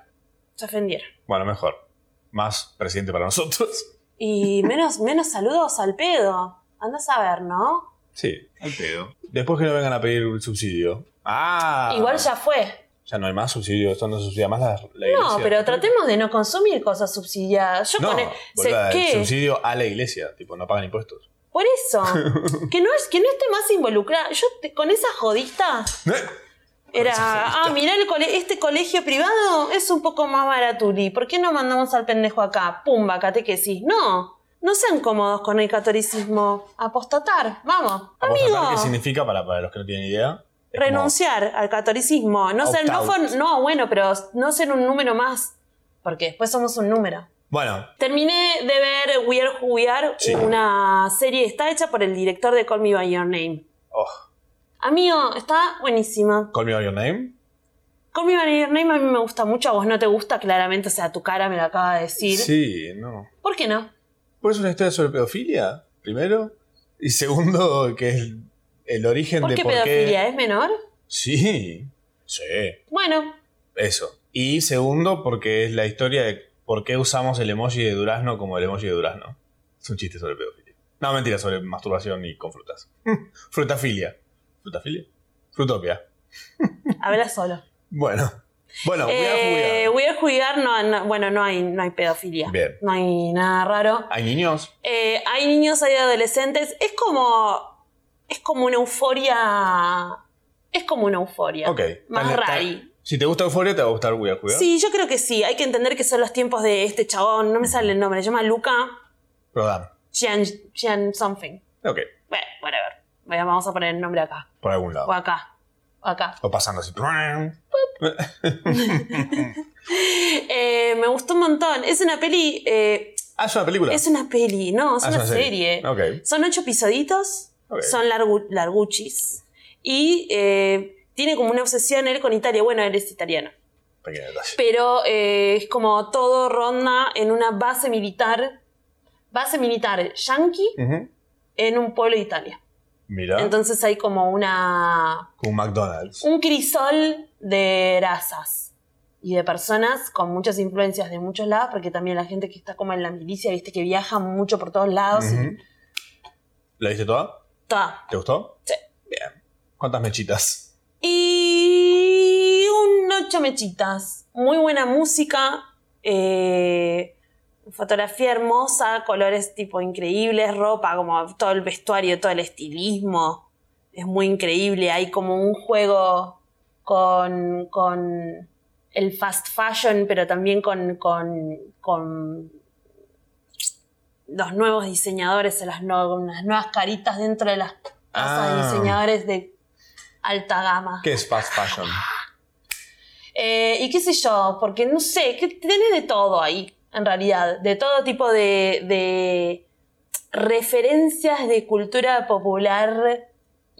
B: Se ofendieron.
A: Bueno, mejor. Más presidente para nosotros.
B: Y menos, menos saludos al pedo. Andas a ver, ¿no?
A: Sí, al pedo. Después que no vengan a pedir un subsidio. Ah.
B: Igual ya fue.
A: Ya no hay más subsidio, esto no subsidia más la, la iglesia.
B: No, pero tratemos de no consumir cosas subsidiadas. Yo
A: No,
B: con el-
A: boluda,
B: se-
A: el
B: ¿qué?
A: subsidio a la iglesia, tipo, no pagan impuestos.
B: Por eso. que, no, es- que no esté más involucrada. Yo te- con esa jodista era. Ah, mirá, el cole- este colegio privado es un poco más baraturi. ¿Por qué no mandamos al pendejo acá? Pumba, catequesis. No. No sean cómodos con el catolicismo. Apostatar. Vamos.
A: Apostatar,
B: Amigo.
A: ¿Qué significa para, para los que no tienen idea? Es
B: renunciar al catolicismo. No ser,
A: Opt
B: no,
A: out.
B: for- no, bueno, pero no ser un número más. Porque después somos un número.
A: como- bueno,
B: Terminé de ver We Are Who We Are,
A: Sí.
B: una serie está hecha por el director de Call Me By Your Name.
A: oh,
B: Amigo, está buenísima.
A: Call Me By Your Name.
B: Call Me By Your Name a mí me gusta mucho, a vos no te gusta, claramente, o sea, tu cara me lo acaba de decir.
A: Sí, no.
B: ¿Por qué no?
A: ¿Por eso es una historia sobre pedofilia? Primero. Y segundo, que es el, el origen
B: ¿Por
A: de
B: qué
A: por
B: pedofilia
A: qué.
B: es menor?
A: Sí, sí.
B: Bueno,
A: Eso. Y segundo, porque es la historia de por qué usamos el emoji de durazno como el emoji de durazno. Es un chiste sobre pedofilia. No, mentira, sobre masturbación y con frutas. Frutafilia. ¿Frutafilia? Frutopia.
B: habla solo.
A: Bueno. Bueno, voy a
B: Eh,
A: jugar.
B: We Are Who We Are, no, no- bueno, no hay, no hay pedofilia.
A: Bien.
B: No hay nada raro.
A: Hay niños.
B: Eh, hay niños, hay adolescentes. Es como. Es como una euforia. Es como una euforia.
A: Ok.
B: Más
A: Tal- tal-
B: rari.
A: Si te gusta Euforia, te va a gustar Voy a jugar.
B: Sí, yo creo que sí. Hay que entender que son los tiempos de este chabón. No me sale el nombre. Se llama Luca
A: Rodan.
B: Gian, Gian something.
A: Ok.
B: Bueno, whatever. Bueno, Vamos a poner el nombre acá.
A: Por algún lado.
B: O acá. O acá.
A: Ah, O pasando así.
B: Eh, Eh, me gustó un montón. Es una peli. eh,
A: Ah, es una película.
B: es una peli, no, es
A: Ah,
B: una, serie.
A: Ok.
B: Son ocho episoditos,
A: Ok.
B: son largu- larguchis. Y eh, tiene como una obsesión él con Italia. Bueno, él es italiano.
A: Pequeño detalle.
B: Pero eh, es como todo ronda en una base militar. Base militar yankee
A: Ujú.
B: en un pueblo de Italia.
A: Mira,
B: Entonces hay como una.
A: con McDonald's.
B: un crisol de razas y de personas con muchas influencias de muchos lados, porque también la gente que está como en la milicia, viste, que viaja mucho por todos lados. y
A: Ujú. ¿La viste toda?
B: toda.
A: ¿Te gustó?
B: Sí.
A: Bien. ¿Cuántas mechitas?
B: Y un ocho mechitas. Muy buena música. eh, fotografía hermosa, colores tipo increíbles, ropa, como todo el vestuario, todo el estilismo. Es muy increíble. Hay como un juego con, con el fast fashion, pero también con, con, con los nuevos diseñadores, las, no- las nuevas caritas dentro de las casas de
A: Ah.
B: diseñadores de alta gama.
A: ¿Qué es fast fashion?
B: Eh, y qué sé yo, porque no sé, que tiene de todo ahí, en realidad, de todo tipo de, de referencias de cultura popular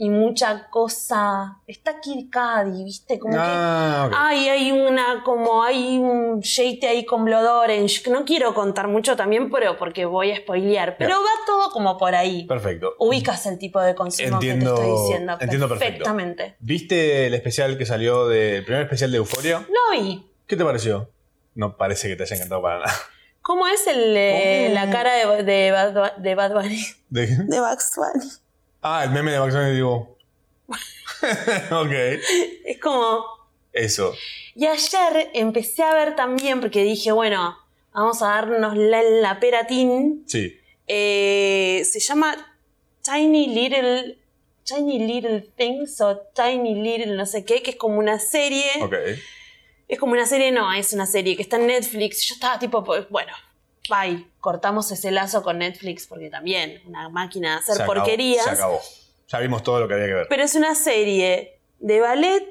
B: y mucha cosa. Está Kid Cudi, ¿viste? Como que...
A: Ah, ok.
B: Ay, hay una, como hay un shade ahí con Blood Orange, que no quiero contar mucho también, pero porque voy a spoilear, pero
A: Bien.
B: va todo como por ahí.
A: Perfecto.
B: Ubicas el tipo de consumo
A: Entiendo-
B: que te estoy diciendo
A: entiendo perfecto.
B: perfectamente.
A: ¿Viste el especial que salió de, el primer especial de Euforia?
B: Lo vi.
A: ¿Qué te pareció? No parece que te haya encantado para nada.
B: ¿Cómo es el, eh,
A: Oh.
B: la cara de, de Bad, Bu- de Bad Bunny?
A: ¿De-
B: De Bugs Bunny.
A: Ah, el meme de Maxon digo. ok.
B: Es como.
A: Eso.
B: Y ayer empecé a ver también, porque dije, bueno, vamos a darnos la, la peratín.
A: Sí.
B: Eh, se llama Tiny Little. Tiny Little Things o Tiny Little no sé qué, que es como una serie.
A: Ok.
B: Es como una serie, no, es una serie que está en Netflix. Yo estaba tipo, pues, bueno, bye, cortamos ese lazo con Netflix porque también, una máquina de hacer
A: Se acabó,
B: porquerías.
A: Se acabó. Ya vimos todo lo que había que ver.
B: Pero es una serie de ballet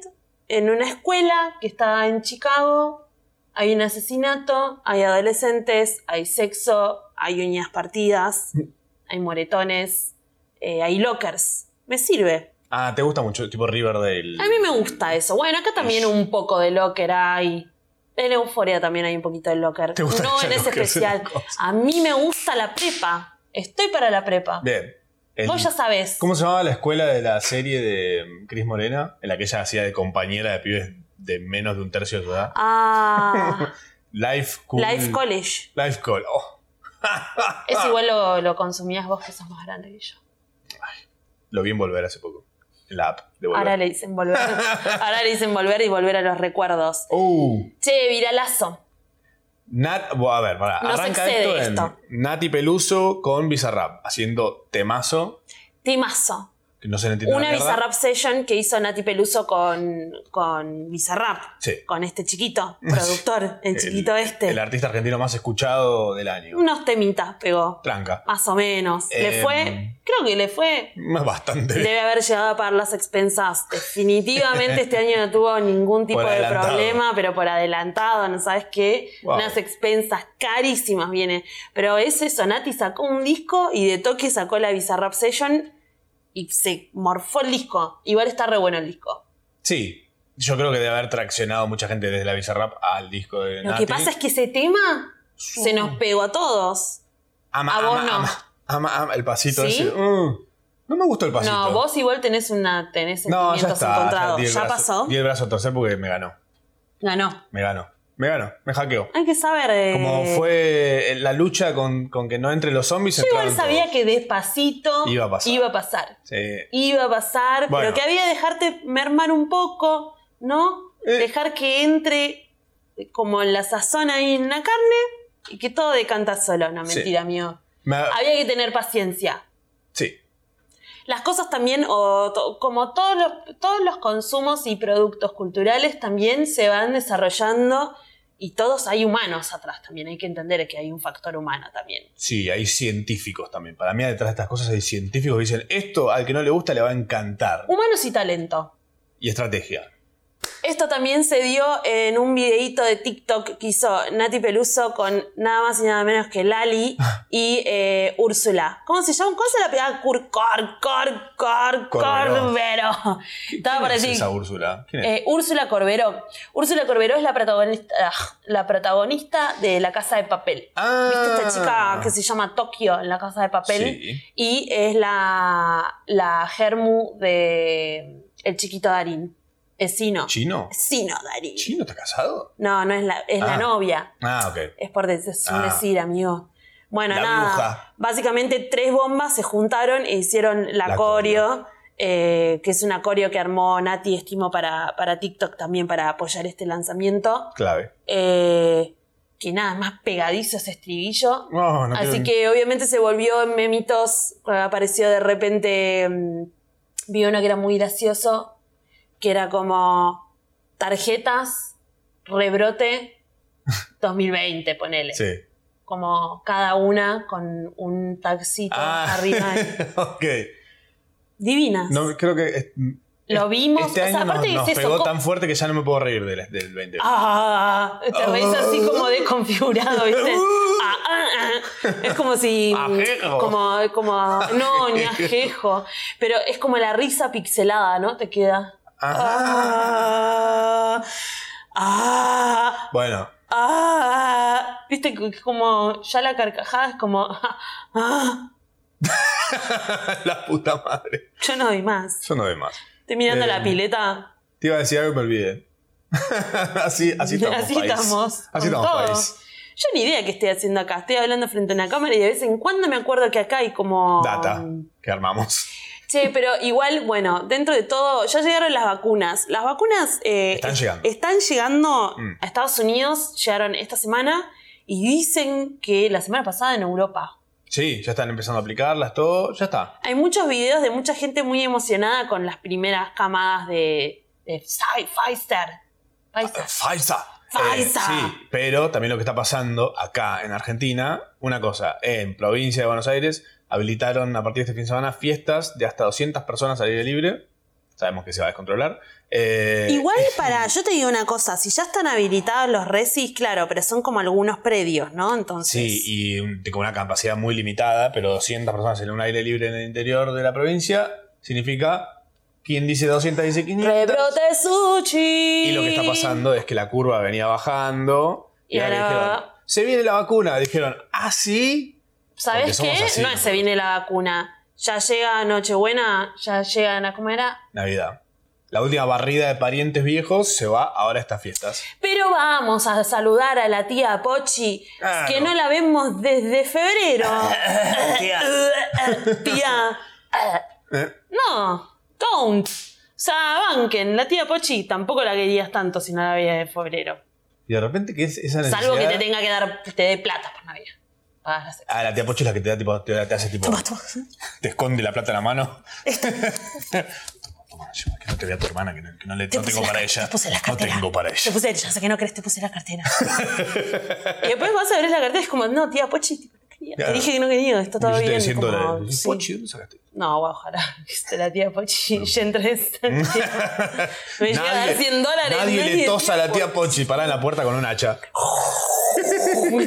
B: en una escuela que está en Chicago. Hay un asesinato, hay adolescentes, hay sexo, hay uñas partidas, hay moretones, eh, hay lockers. Me sirve.
A: Ah, ¿te gusta mucho? Tipo Riverdale.
B: A mí me gusta eso. Bueno, acá también un poco de locker hay. En Euforia también hay un poquito de locker.
A: ¿Te gusta
B: no
A: el
B: en ese
A: locker? Es una
B: especial.
A: cosa.
B: A mí me gusta la prepa. Estoy para la prepa.
A: Bien. El-
B: Vos ya sabés.
A: ¿Cómo se llamaba la escuela de la serie de Cris Morena? En la que ella hacía de compañera de pibes de menos de un tercio de su edad.
B: Ah,
A: Life Cool.
B: Life College.
A: Life Call. Oh.
B: Es
A: Ah.
B: igual lo, lo consumías vos que sos más grande que yo.
A: Lo vi en volver hace poco. En la app de volver.
B: Ahora le dicen volver. Ahora le dicen volver y volver a los recuerdos.
A: Uh,
B: Che, viralazo.
A: Nat, bueno, a ver, pará,
B: No se
A: arranca
B: excede
A: esto en
B: esto.
A: Nati Peluso con Bizarrap, haciendo temazo,
B: Timazo.
A: que no se le entiende
B: Una
A: mierda.
B: Bizarrap session que hizo Nati Peluso con, con Bizarrap.
A: Sí.
B: Con este chiquito, productor, el chiquito este.
A: El artista argentino más escuchado del año.
B: Unos temitas pegó,
A: Tranca.
B: más o menos. le
A: Em.
B: fue, creo que le fue.
A: Bastante.
B: Debe haber llegado a pagar las expensas. Definitivamente este año no tuvo ningún tipo
A: Por
B: de
A: adelantado.
B: problema, pero por adelantado, ¿no sabes qué?
A: Wow.
B: Unas expensas carísimas viene. Pero es eso, Nati sacó un disco y de toque sacó la Bizarrap Session y se morfó el disco. Igual está re bueno el disco.
A: Sí, yo creo que debe haber traccionado mucha gente desde la Bizarrap al disco de
B: Lo
A: Nati.
B: que pasa es que ese tema se nos
A: Mm.
B: pegó a todos.
A: Ama,
B: a vos
A: ama,
B: no.
A: ama, ama, ama, el pasito
B: ¿Sí?
A: ese. Mm, no me gustó el pasito.
B: No, vos igual tenés una tenés
A: No,
B: sentimientos
A: ya está.
B: encontrados.
A: di el
B: Ya,
A: brazo-
B: pasó.
A: Di el brazo a torcer porque me ganó.
B: Ganó.
A: Me ganó. Me ganó. Me hackeó.
B: Hay que saber. eh,
A: Como fue eh, la lucha con, con que no entre los zombies.
B: Yo igual sabía que despacito
A: Iba a pasar.
B: iba a pasar.
A: Sí.
B: Iba a pasar,
A: Bueno.
B: pero que había que dejarte mermar un poco, ¿no?
A: Eh.
B: Dejar que entre eh, como la sazón ahí en la carne y que todo decanta solo, no
A: Sí. Ah.
B: mentira mío.
A: Me-
B: Había que tener paciencia.
A: sí.
B: Las cosas también, o to- como todos los, todos los consumos y productos culturales también se van desarrollando y todos hay humanos atrás también, hay que entender que hay un factor humano también.
A: Sí, hay científicos también. Para mí, detrás de estas cosas hay científicos que dicen: esto al que no le gusta le va a encantar.
B: Humanos y talento.
A: Y estrategia.
B: Esto también se dio en un videíto de TikTok que hizo Nati Peluso con nada más y nada menos que Lali y eh, Úrsula. ¿Cómo se llama? ¿Cómo se la pegaba? Cur, cor, cor, cor,
A: Corberó.
B: Corbero. Estaba Ah, para
A: ¿Quién es
B: decir.
A: esa Úrsula? ¿Quién es?
B: eh, Úrsula Corberó. Úrsula Corberó es la protagonista, ah, la protagonista de La Casa de Papel.
A: ah,
B: ¿Viste esta chica que se llama Tokio en La Casa de Papel?
A: Sí.
B: Y es la, la Germu de El Chiquito Darín. Es Sino.
A: ¿Chino?
B: Sino Darín.
A: ¿Chino está casado?
B: No, no es la, es la
A: Ah.
B: novia.
A: Ah, ok.
B: Es por des- es un
A: Ah.
B: decir, amigo. Bueno,
A: La
B: nada.
A: bruja.
B: Básicamente tres bombas se juntaron e hicieron la,
A: La
B: coreo,
A: coreo.
B: eh, que es una coreo que armó Nati, estimo, para, para TikTok también para apoyar este lanzamiento.
A: Clave.
B: Eh, que nada, es más pegadizo ese estribillo.
A: No, no
B: Así
A: quiero-
B: que obviamente se volvió en memitos, cuando apareció de repente, mm, vi uno que era muy gracioso, que era como tarjetas, rebrote, 2020, ponele.
A: Sí.
B: Como cada una con un taxito
A: Ah,
B: arriba.
A: ok.
B: Divinas.
A: No, creo que es-
B: Lo vimos,
A: este
B: o sea,
A: año nos,
B: aparte
A: nos
B: es eso,
A: pegó
B: co-
A: tan fuerte que ya no me puedo reír del, del 20.
B: Ah, te reís así como desconfigurado, ¿viste?
A: Uh.
B: Ah, ah, ah. Es como si.
A: Ajejo.
B: Como, como. No, ni ajejo. Pero es como la risa pixelada, ¿no? Te queda. Ah, ah,
A: Bueno,
B: ah. Viste que es como. Ya la carcajada es como. ah, ah.
A: la puta madre.
B: Yo no doy más.
A: Yo no veo más.
B: Estoy mirando
A: Eh,
B: la pileta.
A: Te iba a decir algo y me olvidé. así, así estamos.
B: Así
A: país.
B: estamos.
A: Así
B: con
A: estamos,
B: todo.
A: país.
B: Yo ni idea qué estoy haciendo acá. Estoy hablando frente a una cámara y de vez en cuando me acuerdo que acá hay como.
A: Data que armamos.
B: Che, pero igual, bueno, dentro de todo, ya llegaron las vacunas. Las vacunas. eh,
A: Están
B: es-
A: llegando.
B: Están llegando
A: Mm.
B: a Estados Unidos, llegaron esta semana y dicen que la semana pasada en Europa.
A: Sí, ya están empezando a aplicarlas, todo. Ya está.
B: Hay muchos videos de mucha gente muy emocionada con las primeras camadas de, de Pfi- Pfizer.
A: Ah,
B: Pfizer.
A: Falsa.
B: Falsa.
A: Eh, sí, pero también lo que está pasando acá en Argentina, una cosa, en provincia de Buenos Aires habilitaron a partir de este fin de semana fiestas de hasta 200 personas al aire libre. Sabemos que se va a descontrolar. Eh,
B: Igual para, yo te digo una cosa, si ya están habilitados los resis, claro, pero son como algunos predios, ¿no? Entonces.
A: Sí, y un- con una capacidad muy limitada, pero 200 personas en un aire libre en el interior de la provincia significa, quien dice 200 dice 500.
B: Rebrote sushi.
A: Y lo que está pasando es que la curva venía bajando. Y,
B: Y
A: ahora
B: ahora-
A: dijeron, se viene la vacuna. Dijeron, ¿ah, sí? Porque
B: ¿Sabes
A: somos
B: qué?
A: así,
B: no
A: ¿no?
B: se viene la vacuna. Ya llega Nochebuena, ya llegan a comer a...
A: Navidad. La última barrida de parientes viejos se va ahora a estas fiestas.
B: Pero vamos a saludar a la tía Pochi,
A: Claro.
B: que no la vemos desde febrero.
A: Tía.
B: tía.
A: ¿Eh?
B: No, don't. O sea, banquen, la tía Pochi tampoco la querías tanto si no la veías de febrero.
A: Y de repente, ¿qué es esa necesidad?
B: Salvo que te tenga que dar, te dé plata por Navidad. Pagas las-
A: Ah, la tía Pocho es la que te da tipo, te, te hace tipo.
B: Toma, toma.
A: Te esconde la plata en la mano.
B: Este-
A: toma, toma, lleva, que no te vea tu hermana, que no, que no le, no
B: puse
A: tengo
B: la-
A: para
B: te
A: ella.
B: puse la
A: No
B: cartera.
A: tengo para
B: Te
A: ella.
B: puse, ya sé que no crees, te puse la cartera. y después vas a ver la cartera y es como, no, tía Pochi, tipo, no quería. Te
A: Claro.
B: dije que no quería, está todo
A: Me dijiste
B: bien.
A: 100
B: como,
A: dólares.
B: sí.
A: Pochi, ¿dónde sacaste?
B: No, guau, ojalá. que esté la tía Pochi ya entré en esa tía. Me llega a dar 100 dólares.
A: Nadie le tosa a la tía
B: Pochi.
A: Pochi. Pará en la puerta con un hacha.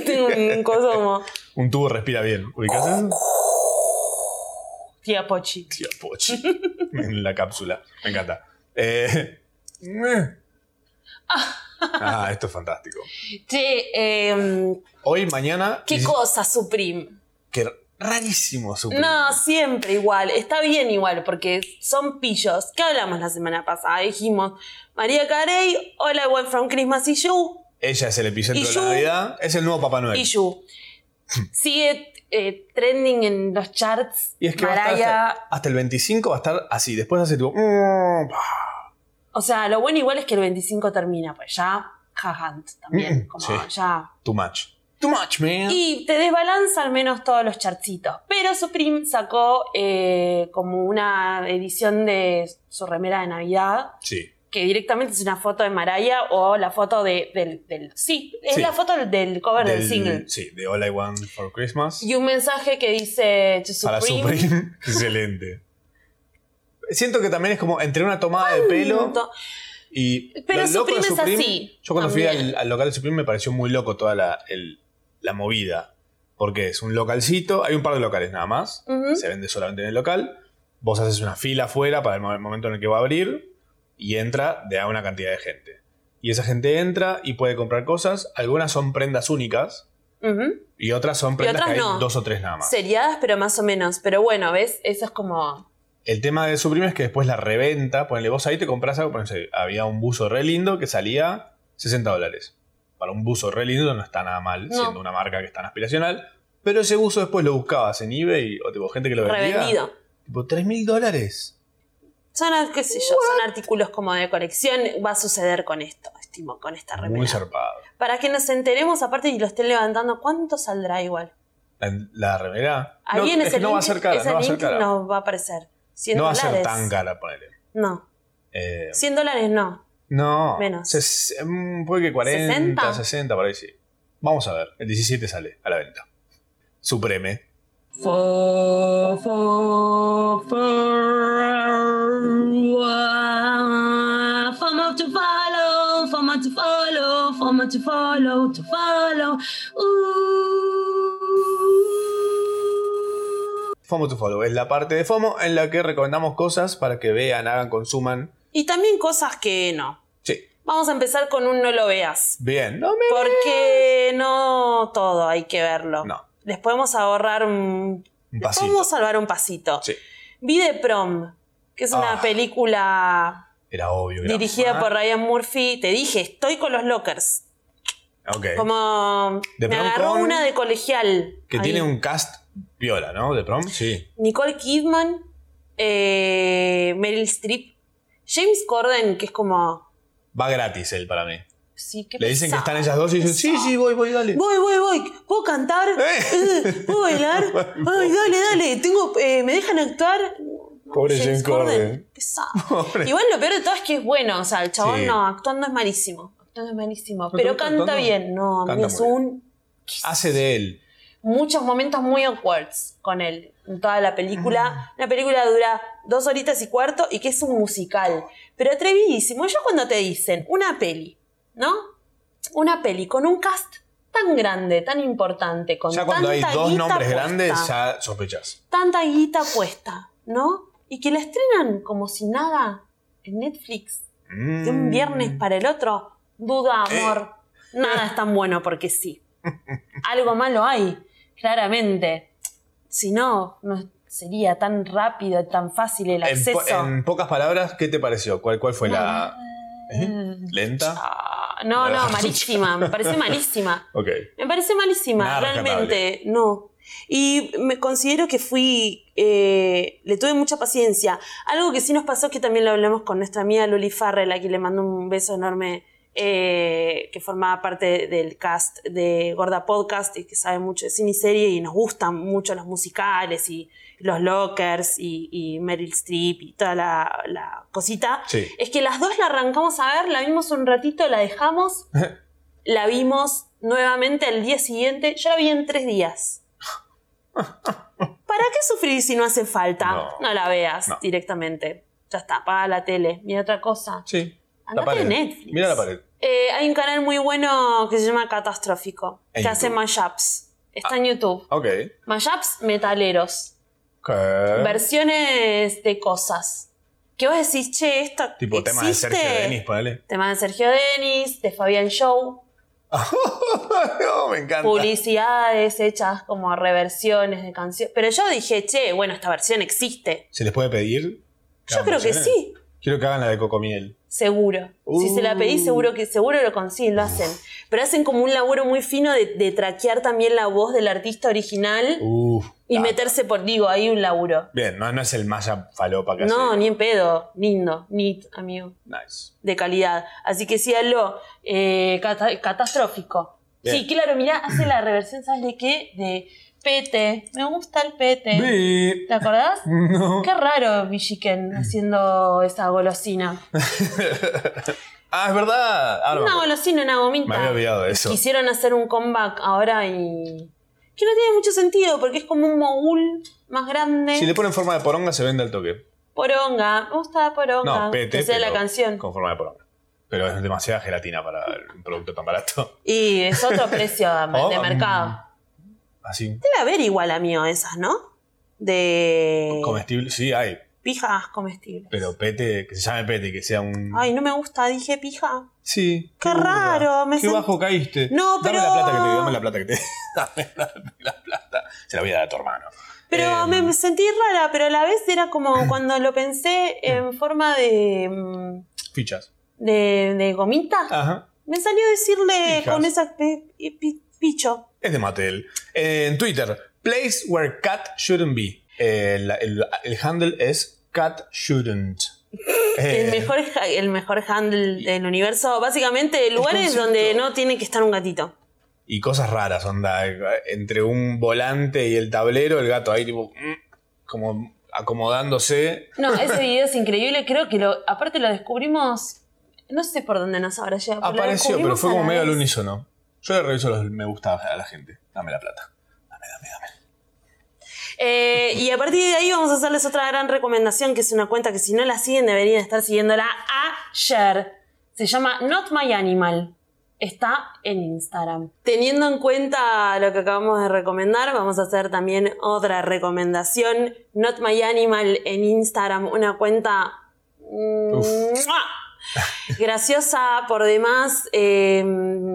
B: Tengo un coso como,
A: Un tubo respira bien. ¿Ubicás eso?
B: tía Pochi.
A: Tía Pochi. en la cápsula. Me encanta. Eh, ah, esto es fantástico.
B: Che, eh,
A: Hoy, mañana.
B: ¿qué
A: y-
B: cosa, Supreme?
A: Qué rarísimo su
B: No, siempre igual. Está bien igual, porque son pillos. ¿Qué hablamos la semana pasada? Dijimos, María Carey, hola, one from Christmas y you,
A: Ella es el epicentro
B: Y
A: de
B: yo-
A: la Navidad. Es el nuevo Papá Noel.
B: y you. Sigue eh, trending en los charts.
A: Y es que va a estar
B: Mariah-
A: hasta, hasta el 25 va a estar así. Después hace tipo. mm, pa.
B: O sea, lo bueno igual es que el 25 termina, pues ya. Jajant también,
A: Mm,
B: como
A: sí.
B: ya.
A: Too much. Too much, man.
B: Y te desbalanza al menos todos los chartsitos. Pero Supreme sacó eh, como una edición de su remera de Navidad.
A: Sí.
B: que directamente es una foto de Maraya o la foto de, del, del- Sí, es
A: Sí.
B: la foto del- del cover del, single.
A: Sí, de All I Want for Christmas.
B: Y un mensaje que dice "To
A: Para
B: Supreme".
A: Supreme. Excelente. Siento que también es como entre una tomada de pelo.
B: Punto.
A: Y
B: Pero
A: lo loco de
B: Supreme es
A: Supreme,
B: así,
A: Yo cuando fui
B: también.
A: al, al local de Supreme me pareció muy loco toda la, el- la movida. Porque es un localcito, hay un par de locales nada más.
B: Ujú.
A: Se vende solamente en el local. Vos haces una fila afuera para el mo- momento en el que va a abrir y entra de a una cantidad de gente. Y esa gente entra y puede comprar cosas. Algunas son prendas únicas
B: Ujú.
A: y otras son prendas
B: otras
A: que hay
B: no.
A: dos o tres nada más.
B: Seriadas, pero más o menos. Pero bueno, ¿ves? Eso es como.
A: El tema de Supreme es que después la reventa, ponele vos ahí, te compras algo, ponele, había un buzo re lindo que salía 60 dólares. Para un buzo re lindo no está nada mal,
B: No.
A: siendo una marca que es tan aspiracional. Pero ese buzo después lo buscabas en eBay o tipo gente que lo vendía.
B: Revendido.
A: Tipo, 3 mil dólares.
B: Son, ah, qué sé yo, son artículos como de colección. Va a suceder con esto, estimo, con esta
A: Muy
B: remera.
A: zarpado.
B: Para que nos enteremos, aparte, y lo estén levantando, ¿cuánto saldrá igual?
A: La, la remera.
B: Ahí
A: no,
B: en
A: es
B: ese
A: que no va a
B: link-
A: ser cara,
B: ese
A: no va a ser
B: link
A: cara.
B: nos va a aparecer. 100
A: No va a
B: dólares.
A: ser tan cara, ponele.
B: No,
A: Eh,
B: 100 dólares no.
A: no.
B: Menos.
A: ses- mm, puede que 40,
B: 60.
A: 60, por ahí sí. Vamos a ver. El 17 sale a la venta. Supreme.
C: Fo, fo, for, FOMO to follow, FOMO to follow, FOMO to follow, to follow. Ooh.
A: FOMO to Follow es la parte de FOMO en la que recomendamos cosas para que vean, hagan, consuman.
B: Y también cosas que no.
A: Sí,
B: Vamos a empezar con un no lo veas.
A: bien. No me.
B: Porque no todo hay que verlo.
A: No.
B: Les podemos ahorrar un.
A: Un
B: les
A: pasito.
B: podemos salvar un pasito.
A: Sí,
B: Vi de Prom, que es una
A: Ah.
B: película
A: era obvio. que era
B: dirigida
A: mamá.
B: por Ryan Murphy. Te dije, estoy con los lockers.
A: Ok.
B: Como.
A: Eh, De
B: me
A: Prom
B: agarró
A: con-
B: una de colegial.
A: Que
B: ahí.
A: tiene un cast viola, ¿no? De prom. Sí.
B: Nicole Kidman, eh, Meryl Streep, James Corden, que es como.
A: Va gratis él para mí.
B: Sí, qué
A: Le dicen que están
B: pesado,
A: ellas dos y dicen, sí,
B: pesado.
A: sí, voy, voy, dale.
B: Voy, voy, voy. ¿Puedo cantar?
A: Eh.
B: Eh, ¿Puedo bailar? Ay, dale, dale. Tengo, eh, ¿Me dejan actuar?
A: Pobre James Corden.
B: Pesado.
A: Pobre.
B: Igual lo peor de todo es que es bueno. O sea, el chabón
A: Sí.
B: no, actuando es malísimo. Actuando es malísimo.
A: te
B: Pero
A: gusta
B: canta
A: actuando?
B: bien. No,
A: Canta
B: es
A: muy bien.
B: un.
A: Hace de él.
B: Muchos momentos muy awkwards con él. En toda la
A: Mm.
B: película. La película dura dos horitas y cuarto y que es un musical. Pero atrevidísimo. Yo cuando te dicen una peli, ¿no? Una peli con un cast tan grande, tan importante, con
A: Ya cuando hay
B: tanta
A: dos
B: guita
A: nombres
B: puesta
A: grandes, ya sospechas.
B: tanta guita puesta, ¿no? Y que la estrenan como si nada en Netflix, de un
A: Mm.
B: viernes para el otro. Duda,
A: Eh.
B: amor, nada es tan bueno porque sí. Algo malo hay, claramente. Si no, no sería tan rápido, tan fácil el
A: Mm. En,
B: acceso.
A: po- en pocas palabras, ¿qué te pareció? ¿Cuál, cuál fue la.
B: Eh,
A: ¿Lenta?
B: ah, no, no, malísima, me parece malísima.
A: Ok.
B: Me parece malísima,
A: Nada
B: realmente, no. Y me considero que fui, eh, le tuve mucha paciencia. Algo que sí nos pasó, que también lo hablamos con nuestra amiga Luli Farrell, a quien le mando un beso enorme, eh, que formaba parte del cast de Gorda Podcast y que sabe mucho de cine y serie y nos gustan mucho los musicales y los lockers y, y Meryl Streep y toda la, la cosita.
A: Sí.
B: Es que las dos la arrancamos a ver, la vimos un ratito, la dejamos, la vimos nuevamente al día siguiente. Yo la vi en tres días. ¿Para qué sufrir si no hace falta?
A: No.
B: No, la veas
A: No.
B: directamente. Ya está, apaga la tele, mira otra cosa.
A: Sí.
B: Andate
A: pared.
B: a Netflix.
A: Mira la pared.
B: Eh, hay un canal muy bueno que se llama Catastrófico,
A: En
B: que hace
A: YouTube. Ah.
B: mashups. Está en YouTube.
A: Ok.
B: Mashups metaleros.
A: ¿Qué?
B: Versiones de cosas. Que vos decís, che, esto
A: Tipo
B: existe.
A: tema de Sergio Denis, ponele.
B: Tema de Sergio Denis, de Fabián Show,
A: No, me encanta.
B: publicidades hechas como reversiones de canciones. Pero yo dije, che, bueno, esta versión existe.
A: ¿Se les puede pedir?
B: Yo creo que
A: versiones?
B: sí,
A: Quiero que hagan la de Cocomiel.
B: seguro. Si se la pedí, seguro que seguro lo consiguen, lo hacen. Pero hacen como un laburo muy fino de, de traquear también la voz del artista original
A: Uf.
B: y
A: Ah,
B: meterse por, digo, ahí un laburo.
A: Bien, no, no es el Maya falopa que
B: No,
A: hace.
B: ni en pedo. Lindo, neat, amigo.
A: Nice.
B: de calidad. Así que sí, aló, eh, cata- catastrófico.
A: Bien.
B: Sí, claro, mirá, hace la reversión, ¿sabes de qué? De Pete. Me gusta el Pete.
A: Vi.
B: ¿Te acordás?
A: No.
B: Qué raro Villiquen haciendo esa golosina.
A: Ah, es verdad. Ahora me
B: Una
A: acuerdo.
B: golosina, una gomita.
A: Me había olvidado de eso.
B: Quisieron hacer un comeback ahora y... Que no tiene mucho sentido porque es como un mogul más grande.
A: Si le ponen forma de poronga, se vende al toque.
B: Poronga. Me gusta la poronga.
A: No, pete.
B: Que sea la
A: pero
B: canción.
A: Con forma de poronga. Pero es demasiada gelatina para un producto tan barato.
B: Y es otro precio de,
A: Oh,
B: de
A: mm.
B: mercado.
A: Así,
B: Debe haber igual a mío esas, ¿no? De
A: comestible. Sí, hay.
B: pijas comestibles.
A: Pero pete, que se llame pete, que sea un.
B: Ay, no me gusta, dije pija.
A: Sí.
B: Qué
A: burda.
B: raro, me
A: Qué
B: sent-
A: bajo caíste.
B: No, pero-
A: Dame la plata que te dame la plata que te dame, la- dame la plata. Se la voy a dar a tu hermano.
B: Pero
A: Em,
B: me, me sentí rara, pero a la vez era como cuando lo pensé en forma de, mm,
A: Fichas.
B: de, de gomita.
A: Ajá.
B: Me salió decirle
A: Ah. Pijas.
B: con esa pe- pi- pi- picho.
A: Es de Mattel. Eh, En Twitter, place where cat shouldn't be. El, el- el handle es cat shouldn't. Eh,
B: El mejor, ha- el mejor handle del universo, básicamente lugares
A: concepto.
B: donde no tiene que estar un gatito.
A: Y cosas raras, onda. Entre un volante y el tablero, el gato ahí, tipo, mm, como acomodándose.
B: No, ese video es increíble, creo que lo, aparte lo descubrimos, no sé por dónde nos habrá llegado. pero lo
A: Apareció, pero
B: descubrimos
A: fue
B: a
A: como
B: la
A: medio al
B: vez.
A: unísono. Yo le reviso los me gusta a la gente. Dame la plata. Dame, dame, dame.
B: Eh, y a partir de ahí vamos a hacerles otra gran recomendación, que es una cuenta que si no la siguen deberían estar siguiéndola ayer. Se llama Not My Animal. Está en Instagram. Teniendo en cuenta lo que acabamos de recomendar, vamos a hacer también otra recomendación. Not My Animal en Instagram, una cuenta... mm,
A: Uf.
B: ¡mua! Graciosa por demás. eh,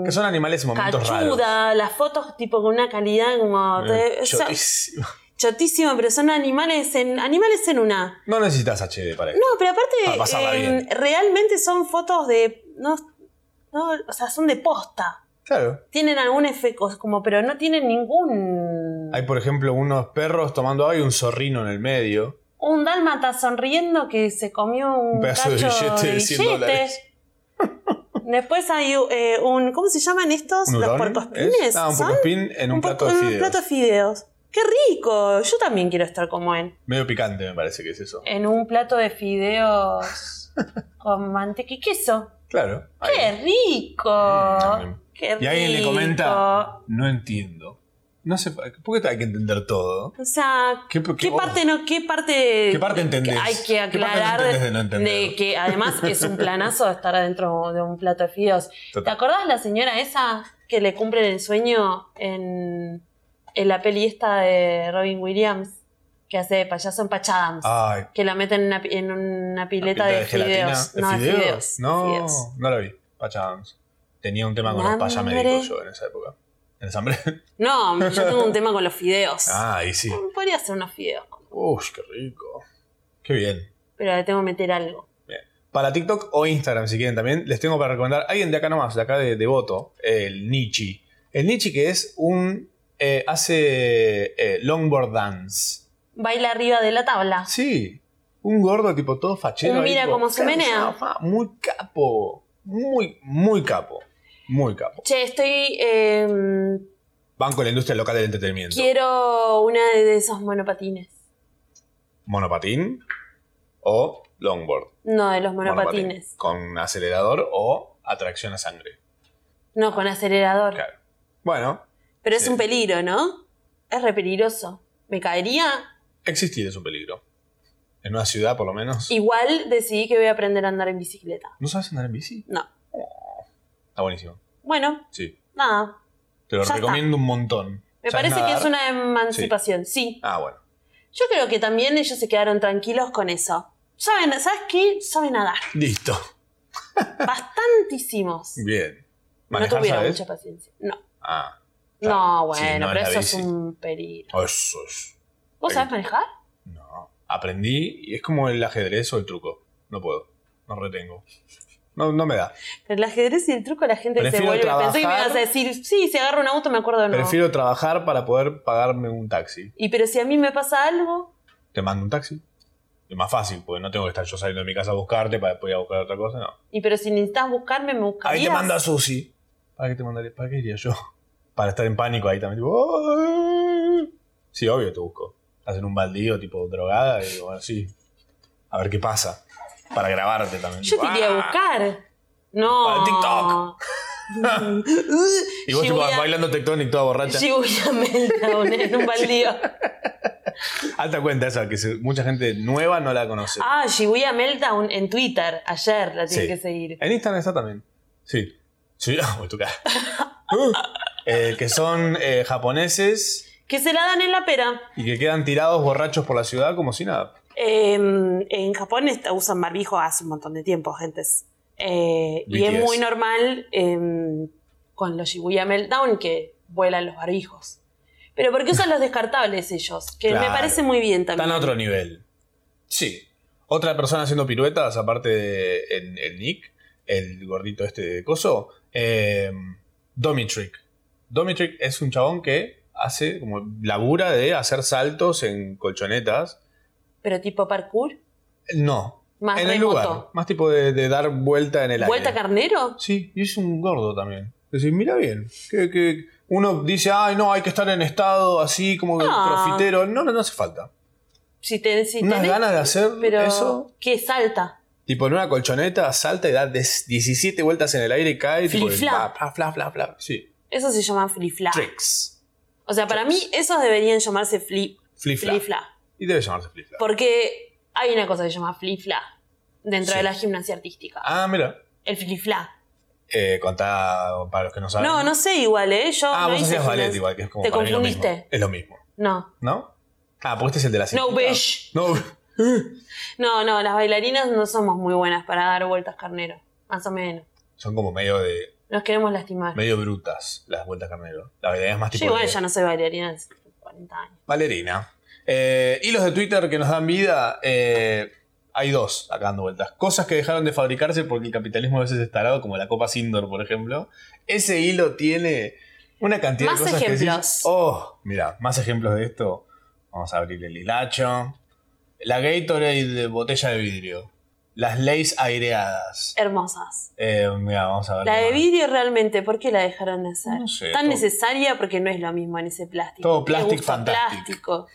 A: Que son animales en momentos raros.
B: cachuda, las fotos tipo con una calidad como...
A: Eh,
B: o sea,
A: chotísimo.
B: Chotísimo, pero son animales en. animales en una.
A: No necesitas HD para esto.
B: No, pero
A: Para pasarla
B: aparte em,
A: bien.
B: realmente son fotos de. No, no, o sea, son de posta.
A: Claro.
B: Tienen algún efecto, como, pero no tienen ningún.
A: Hay, por ejemplo, unos perros tomando agua y un zorrino en el medio.
B: Un dálmata sonriendo que se comió un,
A: Un pedazo de
B: cacho
A: billete de 100 dólares.
B: Después hay eh, un. ¿Cómo se llaman estos?
A: ¿Un
B: Los
A: udon?
B: puercospines.
A: ¿Es? Ah, un
B: ¿Son?
A: puercospín en un, plato
B: puerco-
A: de
B: en un
A: fideos.
B: plato de fideos. ¡Qué rico! Yo también quiero estar como él.
A: Medio picante me parece que es eso.
B: en un plato de fideos con manteca y queso.
A: Claro.
B: ¡Qué
A: Ahí.
B: rico!
A: Mm.
B: ¡Qué
A: Y alguien le
B: rico!
A: comenta, no entiendo. No sé, ¿por qué hay que entender todo?
B: O sea,
A: ¿Qué-
B: ¿qué,
A: qué-
B: parte no, qué parte,
A: ¿Qué parte entendés?
B: hay
A: ¿Qué
B: que
A: parte no
B: aclarar
A: entendés de no entender?
B: que además es un planazo estar adentro de un plato de fideos. ¿Te
A: Total.
B: acordás la señora esa que le cumplen el sueño en, en la peli esta de Robin Williams que hace de payaso en Pachadams?
A: Ay,
B: Que la meten en una, pi- en una pileta
A: Pinta
B: de,
A: gelatina.
B: fideos.
A: Ah. ¿De
B: no, de
A: fideos?
B: fideos.
A: No,
B: de fideos.
A: no la vi. Patch Adams. Tenía un tema con los
B: Hambre.
A: payamédicos yo en esa época. ¿En esa hambre?
B: No, yo tengo un tema con los fideos.
A: ah, ahí sí.
B: Podría hacer unos fideos,
A: Uy, qué rico. Qué bien.
B: pero le tengo que meter algo.
A: Para TikTok o Instagram, si quieren también, les tengo para recomendar a alguien de acá nomás, de acá de, de Voto, el Nichi. El Nichi que es un... eh, hace eh, longboard dance.
B: Baila arriba de la tabla.
A: Sí, un gordo tipo todo fachero.
B: Un
A: ahí,
B: mira
A: tipo,
B: cómo se
A: claro,
B: menea.
A: fa- Muy capo. Muy, muy capo. Muy capo.
B: Che, estoy. eh,
A: Banco de la industria local del entretenimiento.
B: quiero una de esos monopatines.
A: monopatín o longboard.
B: No, de los
A: Monopatín.
B: monopatines.
A: Con acelerador o atracción a sangre.
B: No, con acelerador.
A: Claro. Bueno,
B: Pero es
A: Sí.
B: un peligro, ¿no? Es re peligroso. Me caería.
A: existir es un peligro. En una ciudad, por lo menos.
B: Igual decidí que voy a aprender a andar en bicicleta.
A: ¿No sabes andar en bici? Oh,
B: No.
A: Está buenísimo.
B: Bueno,
A: Sí.
B: nada.
A: Te lo
B: Ya está.
A: recomiendo un montón.
B: Me
A: ¿Sabes
B: parece que
A: nadar?
B: es una emancipación. sí.
A: Ah, bueno.
B: Yo creo que también ellos se quedaron tranquilos con eso. Saben, ¿sabes qué? Saben nadar.
A: Listo.
B: Bastantísimos.
A: Bien.
B: No
A: ¿Manejar,
B: tuvieron
A: sabes?
B: mucha paciencia. No.
A: Ah. Claro.
B: No,
A: Sí,
B: bueno,
A: no
B: pero
A: en
B: eso
A: la
B: es
A: bici.
B: un peligro.
A: Oh, Eso es.
B: ¿Vos
A: Ahí.
B: sabés manejar?
A: No. Aprendí y es como el ajedrez o el truco. No puedo. No retengo. No, no me da.
B: Pero el ajedrez y el truco la gente se
A: Prefiero
B: vuelve. Pensé que me
A: trabajar.
B: ibas a decir, sí, si agarro un auto me acuerdo de nuevo.
A: Prefiero trabajar para poder pagarme un taxi.
B: Y pero si a mí me pasa algo,
A: Te mando un taxi. Es más fácil, porque no tengo que estar yo saliendo de mi casa a buscarte para después ir a buscar otra cosa, no.
B: y pero si necesitas buscarme, me buscarías.
A: Ahí te mando a Susi. ¿Para qué te mandaría? ¿Para qué iría yo? Para estar en pánico ahí también, tipo. Sí, obvio te busco. Hacen un baldío tipo drogada y digo, bueno, sí. A ver qué pasa. Para grabarte también.
B: Yo te iría a buscar. No.
A: Ah. Para TikTok. Y vos tipo,
B: Shibuya-
A: bailando tectónico toda borracha.
B: Shibuya Meltdown en un baldío.
A: Alta cuenta esa que se- mucha gente nueva no la conoce.
B: Ah, Shibuya Meltdown en Twitter, ayer la tienen
A: Sí.
B: que seguir.
A: En Instagram está también. Sí. Sí, ah, tu cara. Uh. Eh, que son eh, japoneses
B: Que se la dan en la pera.
A: y que quedan tirados borrachos por la ciudad como si nada.
B: Eh, en Japón est- usan barbijo hace un montón de tiempo, gentes. Eh, y es
A: BTS.
B: muy normal eh, con los Shibuya Meltdown que vuelan los barbijos. Pero porque usan los descartables ellos, que me
A: Claro.
B: parece muy bien también.
A: Están a otro nivel. Sí. Otra persona haciendo piruetas, aparte de el, el Nick, el gordito este de coso, eh, Domitrick. Domitrick es un chabón que hace como labura de hacer saltos en colchonetas.
B: Pero tipo parkour,
A: No.
B: más
A: en el lugar.
B: remoto.
A: Más tipo de, de dar vuelta en el aire.
B: ¿Vuelta carnero?
A: Sí, y es un gordo también. Es decir, mira bien. Que, que uno dice, ay, no, hay que estar en estado así, como que
B: Ah.
A: profitero. No, no, no hace falta.
B: Si te, si
A: Unas
B: tenés,
A: ganas de hacer
B: pero
A: eso.
B: que salta.
A: Tipo en una colchoneta, salta y da des- 17 vueltas en el aire y cae. Tipo,
B: Flip-flap.
A: pa, pa, fla, fla, fla. Sí.
B: Eso se llama flip-flap.
A: Tricks.
B: O sea, para mí esos deberían llamarse flip-
A: Flip-flap.
B: flip-flap.
A: Y debe llamarse flip-flap.
B: Porque hay una cosa que se llama flifla dentro
A: Sí.
B: de la gimnasia artística.
A: Ah, mira.
B: El flifla.
A: Eh, contá para los que no saben.
B: No, no sé igual, ¿eh? Yo
A: Ah,
B: no
A: vos
B: hice
A: hacías ballet
B: gimnasia.
A: igual, que es como
B: Te
A: para mí lo mismo.
B: confundiste.
A: Es lo mismo,
B: No.
A: ¿no? Ah, porque este es el de la
B: No,
A: cintura.
B: bitch.
A: No,
B: No, no, las bailarinas no somos muy buenas para dar vueltas carnero. Más o menos.
A: son como medio de
B: Nos queremos lastimar.
A: medio brutas las vueltas carnero. La verdad es más tipo
B: Yo igual
A: de-
B: ya no soy bailarina hace 40 años.
A: Valerina. Eh, hilos de Twitter que nos dan vida. eh, hay dos acá dando vueltas. Cosas que dejaron de fabricarse porque el capitalismo a veces es tarado, como la copa Sindor, por ejemplo. Ese hilo tiene una cantidad
B: Más
A: de cosas que
B: ejemplos.
A: decís, oh, mira, más ejemplos de esto. Vamos a abrir el hilacho. La Gatorade de botella de vidrio. Las leyes aireadas.
B: Hermosas.
A: Eh, mira, vamos a ver.
B: La
A: qué
B: de
A: más.
B: vidrio realmente, ¿por qué la dejaron de hacer?
A: No sé,
B: Tan
A: todo-
B: necesaria porque no es lo mismo en ese plástico.
A: Todo
B: Tiene
A: plastic
B: gusto a
A: fantastic.
B: plástico.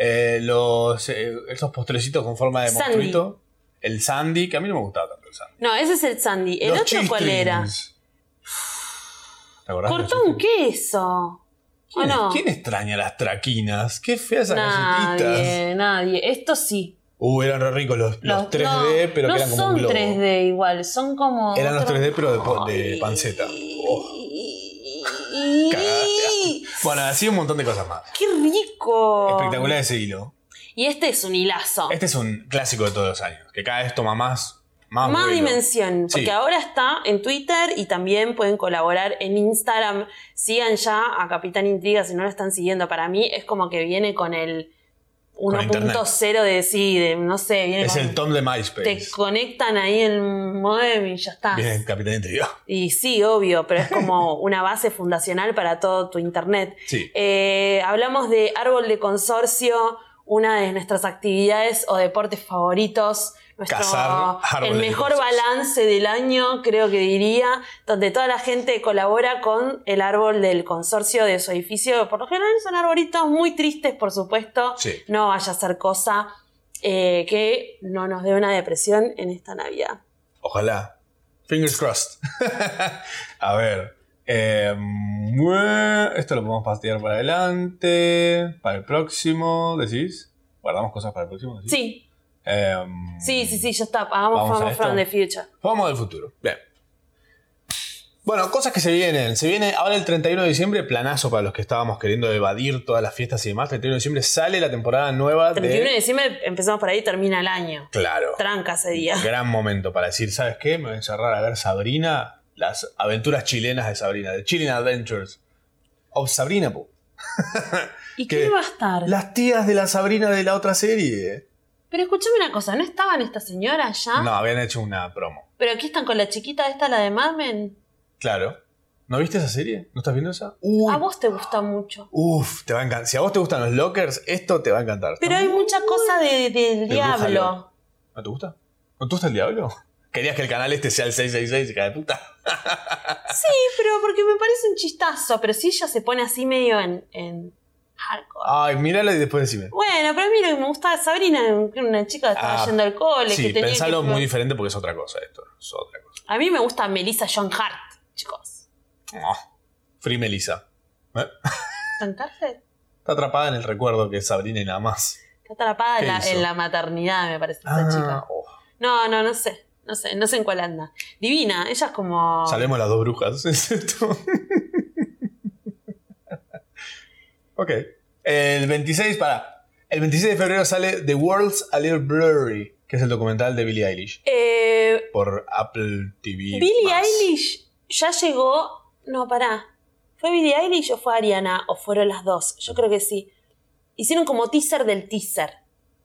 A: Eh, los, eh, esos postrecitos con forma de
B: Sandy.
A: monstruito. El Sandy, que a mí no me gustaba tanto el Sandy.
B: No, ese es el Sandy. ¿El
A: Los
B: otro cuál era?
A: chistrings. ¿Te acordás? de los
B: Cortó un
A: chistrings?
B: queso. ¿O
A: ¿Quién,
B: no?
A: quién extraña las traquinas? Qué feas esas galletitas.
B: Nadie, nadie. Esto sí.
A: Uh, eran re ricos los, los
B: Los-
A: 3D,
B: no,
A: pero
B: no
A: que eran como
B: son
A: un globo.
B: 3D igual, son como.
A: Eran los
B: otro-
A: 3D, pero de po- de
B: Ay.
A: panceta. Oh. Cagada. Bueno, así un montón de cosas más.
B: ¡Qué rico!
A: Espectacular ese hilo.
B: Y este es un hilazo.
A: Este es un clásico de todos los años, que cada vez toma más, más,
B: Más
A: vuelo.
B: dimensión, porque
A: Sí.
B: ahora está en Twitter y también pueden colaborar en Instagram. Sigan ya a Capitán Intriga si no lo están siguiendo. Para mí es como que viene con el
A: Con internet.
B: 1.0 de sí, de no sé, viene
A: Es
B: con-
A: el tom de
B: te
A: MySpace.
B: conectan ahí el modem y ya está.
A: Viene el Capitán Intriga.
B: Y sí, obvio, pero es como una base fundacional para todo tu internet.
A: Sí.
B: Eh, hablamos de árbol de consorcio, una de nuestras actividades o deportes favoritos. Nuestro,
A: Cazar árboles
B: el
A: de
B: mejor
A: consorcio.
B: balance del año, creo que diría, donde toda la gente colabora con el árbol del consorcio de su edificio. Por lo general son arbolitos muy tristes, por supuesto.
A: Sí.
B: No vaya a ser cosa eh, que no nos dé una depresión en esta Navidad.
A: Ojalá. Fingers crossed. a ver. eh, esto lo podemos pastear para adelante. Para el próximo, decís. Guardamos cosas para el próximo, decís.
B: Sí,
A: Eh,
B: Sí, sí, sí, ya está. Hagamos
A: Vamos a
B: Vamos
A: esto.
B: from the Future.
A: Vamos al futuro. Bien. Bueno, cosas que se vienen. Se viene ahora el 31 de diciembre, planazo para los que estábamos queriendo evadir todas las fiestas y demás. 31 de diciembre sale la temporada nueva
B: 31 de
A: de.
B: diciembre empezamos por ahí y termina el año.
A: Claro.
B: Tranca ese día.
A: Gran momento para decir, ¿sabes qué? Me voy a encerrar a ver Sabrina, las aventuras chilenas de Sabrina, de Chilean Adventures. Of Sabrina, po.
B: ¿Y
A: ¿Qué?
B: quién va a estar?
A: Las tías de la Sabrina de la otra serie.
B: Pero escúchame una cosa, ¿no estaban estas señoras ya?
A: No, habían hecho una promo.
B: ¿Pero aquí están con la chiquita esta, la de Mamen?
A: Claro. ¿No viste esa serie? ¿No estás viendo esa? Uy.
B: A vos te gusta mucho.
A: Uf, te va a encantar. Si a vos te gustan los lockers, esto te va a encantar.
B: Pero hay mucha cosa de- del diablo.
A: Brújalo. ¿No te gusta? ¿No te gusta el diablo? ¿Querías que el canal este sea el 666, hija de puta?
B: Sí, pero porque me parece un chistazo. Pero si ella se pone así medio en, en hardcore.
A: Ay, mírala y después decime.
B: Bueno, pero a mí lo que me gustaba de Sabrina, que era una chica que estaba
A: Ah,
B: yendo al cole. que
A: Sí,
B: tenía que-
A: pensalo muy diferente porque es otra cosa esto. Es otra cosa.
B: A mí me gusta Melissa John Hart, chicos.
A: No. Ah. Free Melissa.
B: ¿Tan
A: ¿Está
B: Carter?
A: Está atrapada en el recuerdo que es Sabrina y nada más.
B: Está atrapada
A: ¿Qué
B: en la,
A: hizo?
B: en la maternidad, me parece, esa
A: Ah,
B: chica.
A: oh.
B: No, no, no sé. No sé, no sé en cuál anda. Divina, ella es como.
A: Salemos las dos brujas, ¿es esto? ok. El 26, para. El 26 de febrero sale The World's a Little Blurry, que es el documental de Billie Eilish.
B: Eh,
A: Por Apple TV.
B: Billie
A: más.
B: Eilish ya llegó. No, pará. ¿Fue Billie Eilish o fue Ariana? ¿O fueron las dos? Yo creo que sí. Hicieron como teaser del teaser.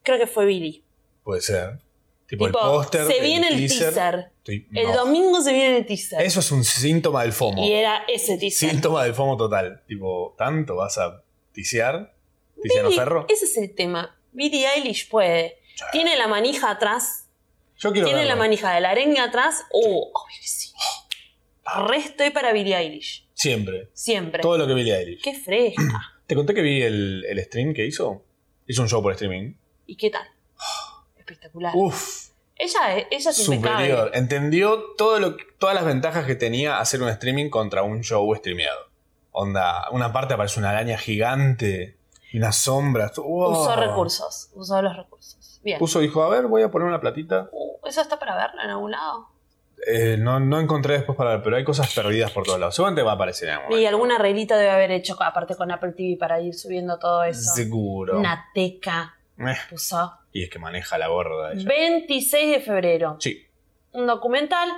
B: Creo que fue Billie.
A: Puede ser. Tipo,
B: Tipo,
A: el póster.
B: se viene el teaser.
A: Estoy-
B: El
A: no.
B: domingo se viene el teaser.
A: Eso es un síntoma del FOMO.
B: Y era ese teaser.
A: Síntoma del FOMO total. Tipo, ¿tanto vas a tisear? ¿Tiziano
B: Billie-
A: Ferro?
B: Ese es el tema. Billie Eilish puede. Tiene la manija atrás.
A: Yo quiero
B: Tiene
A: verlo.
B: la manija de la arenga atrás. Uh, obvio que sí. Re estoy para Billie Eilish.
A: Siempre.
B: Siempre.
A: Todo lo que Billie Eilish.
B: Qué fresca.
A: ¿Te conté que vi el, el stream que hizo? Hizo un show por streaming.
B: ¿Y qué tal? Espectacular.
A: Uf,
B: ella, es- ella es
A: Uh, superior.
B: impecable.
A: Entendió todo lo, que- todas las ventajas que tenía hacer un streaming contra un show streameado. Onda, una parte aparece una araña gigante y unas sombras. Wow.
B: Usó recursos. Usó los recursos. Bien.
A: Puso, dijo, a ver, voy a poner una platita.
B: Uh, ¿Eso está para verlo en algún lado?
A: Eh, no, no encontré después para ver, pero hay cosas perdidas por todos lados. Seguramente va a aparecer en algún
B: Y
A: momento.
B: alguna reglita debe haber hecho, aparte con Apple TV, para ir subiendo todo eso.
A: Seguro.
B: Una teca
A: Eh,
B: puso.
A: Y es que maneja la gorda ella.
B: 26 de febrero.
A: Sí,
B: un documental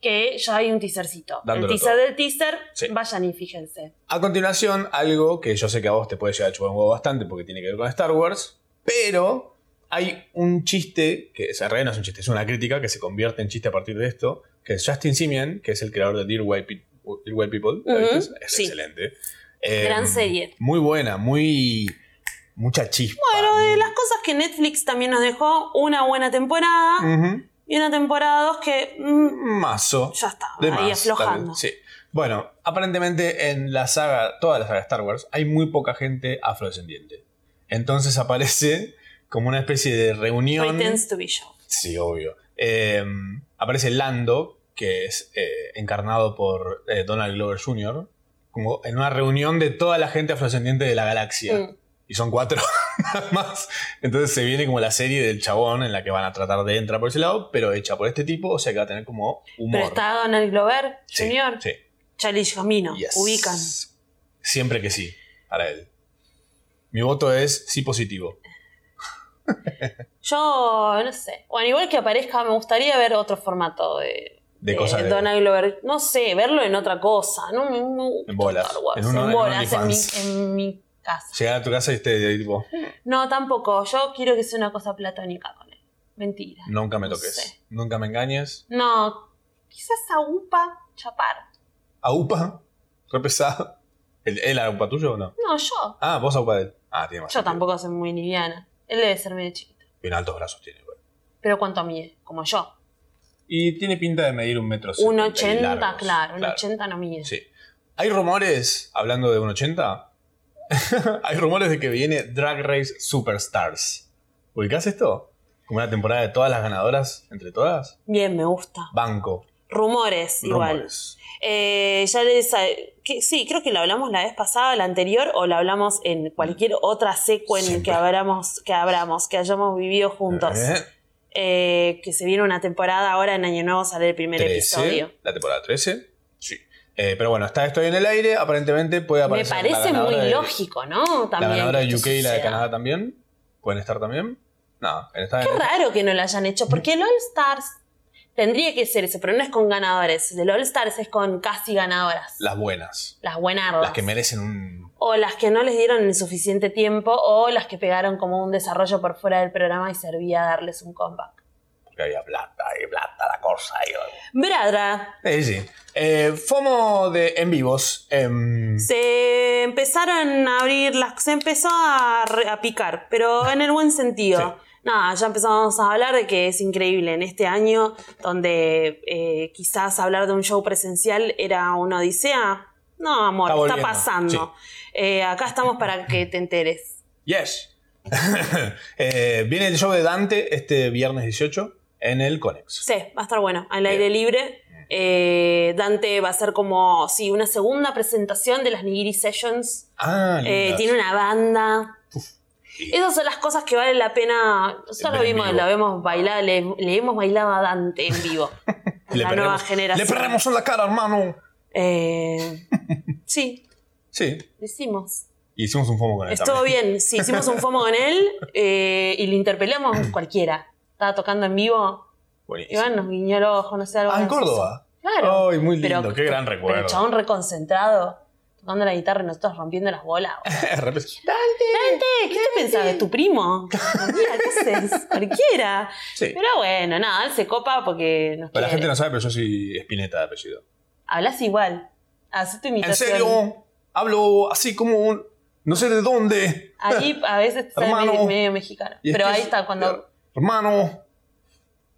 B: que ya hay un teasercito.
A: Dándolo
B: el teaser
A: todo.
B: del teaser,
A: Sí.
B: vayan y fíjense.
A: A continuación, algo que yo sé que a vos te puede llegar a chupar un huevo bastante porque tiene que ver con Star Wars, pero hay un chiste, que es, en realidad no es un chiste, es una crítica que se convierte en chiste a partir de esto, que es Justin Simian, que es el creador de Dear White, Pe- Dear White People, ¿la
B: Ujú,
A: viste? es
B: sí.
A: excelente. Eh,
B: Gran serie.
A: Muy buena, muy... mucha chispa.
B: Bueno, de
A: muy-
B: las cosas que Netflix también nos dejó, una buena temporada
A: Ujú.
B: y una temporada dos que mm,
A: Mazo.
B: ya está,
A: De
B: ahí
A: más, tal
B: aflojando.
A: vez, sí. Bueno, aparentemente en la saga, toda la saga de Star Wars, hay muy poca gente afrodescendiente. Entonces aparece como una especie de reunión.
B: Pretends to be show.
A: Sí, obvio. Eh, aparece Lando, que es eh, encarnado por eh, Donald Glover Jr., como en una reunión de toda la gente afrodescendiente de la galaxia.
B: Mm.
A: Y son cuatro nada más. Entonces se viene como la serie del chabón en la que van a tratar de entrar por ese lado, pero hecha por este tipo, o sea que va a tener como humor.
B: Pero está Donald Glover,
A: Sí,
B: Junior,
A: Sí.
B: Charlie Camino,
A: Yes.
B: ubican.
A: Siempre que sí, para él. Mi voto es sí positivo.
B: Yo no sé. Bueno, igual que aparezca, me gustaría ver otro formato de,
A: De cosas de-
B: Donald Glover. No sé, verlo en otra cosa. No, me- me gusta
A: En bolas,
B: Star Wars,
A: en un- en un
B: bolas, en mi-
A: OnlyFans.
B: en mi casa.
A: Llegar a tu casa y esté ahí tipo,
B: No, tampoco. Yo quiero que sea una cosa platónica con él. Mentira.
A: nunca me
B: No
A: toques,
B: sé.
A: nunca me engañes.
B: No, quizás a UPA chapar.
A: ¿Aupa? ¿Re pesado? ¿El, el aupa tuyo o no?
B: No, yo.
A: Ah, vos aupa de él. Ah, tiene más.
B: Yo
A: sentido.
B: tampoco soy muy liviana. Él debe ser medio chiquito.
A: Bien altos brazos tiene. igual.
B: Pero cuánto mide, como yo.
A: Y tiene pinta de medir un metro.
B: Un
A: setenta y
B: 80,
A: largos.
B: claro. Un 80 no mide.
A: Sí. Hay rumores, hablando de 1.80, hay rumores de que viene Drag Race Superstars. ¿Ubicás esto? Como una temporada de todas las ganadoras, entre todas.
B: Bien, me gusta.
A: Banco.
B: Rumores, igual.
A: Rumores.
B: Eh, ya les. que- sí, creo que lo hablamos la vez pasada, la anterior, o la hablamos en cualquier otra secuen que
A: Mm. Siempre.
B: abramos, que abramos, que hayamos vivido juntos.
A: Eh,
B: Eh, que se viene una temporada ahora en Año Nuevo sale el primer
A: 13,
B: episodio.
A: La temporada 13. Sí. Eh, pero bueno, está esto ahí en el aire. Aparentemente puede
B: Me
A: aparecer. la
B: parece
A: ganadora
B: muy
A: de-
B: lógico, ¿no?
A: La
B: También
A: ganadora
B: que
A: de
B: esto
A: UK y la de
B: suceda.
A: Canadá también. ¿Pueden estar también? No, está
B: Qué raro que no lo hayan hecho, porque el All Stars tendría que ser eso, pero no es con ganadores. El All Stars es con casi ganadoras.
A: las buenas.
B: las buenardas.
A: Las que merecen un.
B: O las que no les dieron el suficiente tiempo, o las que pegaron como un desarrollo por fuera del programa y servía a darles un comeback.
A: Porque había plata, hay plata, la cosa. y-
B: Bradra,
A: Eh, sí. Eh, FOMO de en vivos. em,
B: se empezaron a abrir, las, se empezó a, re- a picar,
A: Ah.
B: pero en el buen sentido. Nada, ya empezamos a hablar de que es increíble en este año donde eh, quizás hablar de un show presencial era una odisea. No, amor,
A: Está
B: está,
A: volviendo,
B: pasando. Eh, acá estamos para que te enteres.
A: Yes. Eh, viene el show de Dante este viernes 18 en el Conex.
B: Sí, va a estar bueno, al aire
A: Bien.
B: libre. Eh, Dante va a hacer como, sí, una segunda presentación de las Nigiri Sessions.
A: Ah,
B: Eh,
A: lindas.
B: tiene una banda. Esas son las cosas que vale la pena.
A: Ver
B: Nosotros lo
A: en
B: vimos,
A: vivo.
B: la vemos bailar, le, le hemos bailado a Dante en vivo.
A: Le
B: la
A: perremos-
B: nueva generación.
A: Le perremos en la cara, hermano.
B: Eh, sí,
A: Sí.
B: lo hicimos.
A: Y hicimos un fomo con él
B: Estuvo
A: también.
B: bien. Sí, hicimos un FOMO con él eh, y le interpelamos cualquiera. Estaba tocando en vivo.
A: Buenísimo.
B: Iván nos guiñó el ojo, no sé algo.
A: Ah, en
B: gracioso.
A: Córdoba.
B: Claro.
A: Ay, muy lindo, qué gran
B: pero
A: recuerdo.
B: chabón reconcentrado, tocando la guitarra y nosotros rompiendo las bolas. boludo.
A: De repente,
B: ¿Qué te pensabas? ¿Tu primo? Mira, ¿qué haces? Cualquiera.
A: Sí.
B: Pero bueno, nada, él se copa porque nos
A: Para la
B: quiere.
A: gente no sabe, pero yo soy Espineta de apellido.
B: Hablas igual. Haz tu
A: ¿En
B: imitación.
A: serio? Hablo así como un... No sé de dónde.
B: Ahí a veces te sale
A: Hermano.
B: medio, medio mexicano.
A: Y es
B: Pero
A: que
B: ahí
A: es-
B: está, cuando.
A: Hermano.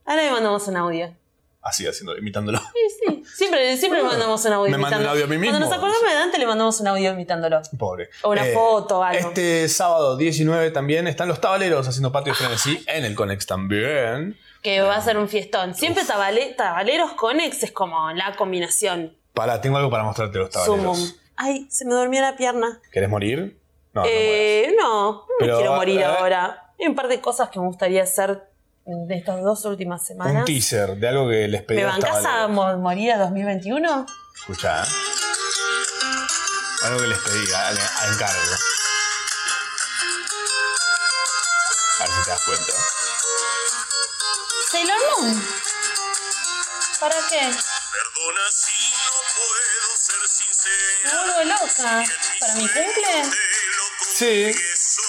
B: Ahora le mandamos un audio.
A: Así, haciendo, imitándolo.
B: Sí, sí. Siempre, siempre le mandamos un audio
A: Me mando un
B: imitándolo.
A: audio a mí mismo.
B: Cuando nos acordamos de Dante, le mandamos un audio imitándolo.
A: Pobre. Eh,
B: O una foto o algo.
A: Este sábado 19 también están los tabaleros haciendo patio frenesí en el Conex también.
B: Que va a ser un fiestón. Siempre tabale- tabaleros con ex es como la combinación.
A: Para, tengo algo para mostrarte los
B: Sumum.
A: tabaleros.
B: Ay, se me durmió la pierna.
A: ¿Querés morir? Ah, No, no mueras.
B: Eh, no, no me
A: Pero,
B: quiero morir
A: eh,
B: ahora. Hay un par de cosas que me gustaría hacer de estas dos últimas
A: Un
B: semanas.
A: teaser de algo que les pedí
B: ¿Me
A: a los
B: bancás a
A: tabaleros.
B: mo- morir a 2021?
A: Escuchá. ¿eh? Algo que les pedí a, a encargo. A ver si te das cuenta.
B: Sailor Moon. ¿Para qué?
D: Perdona si no puedo ser
B: Me
D: sincera.
B: vuelvo loca. ¿Para mi cumple?
D: Te lo
A: Sí.
D: confieso.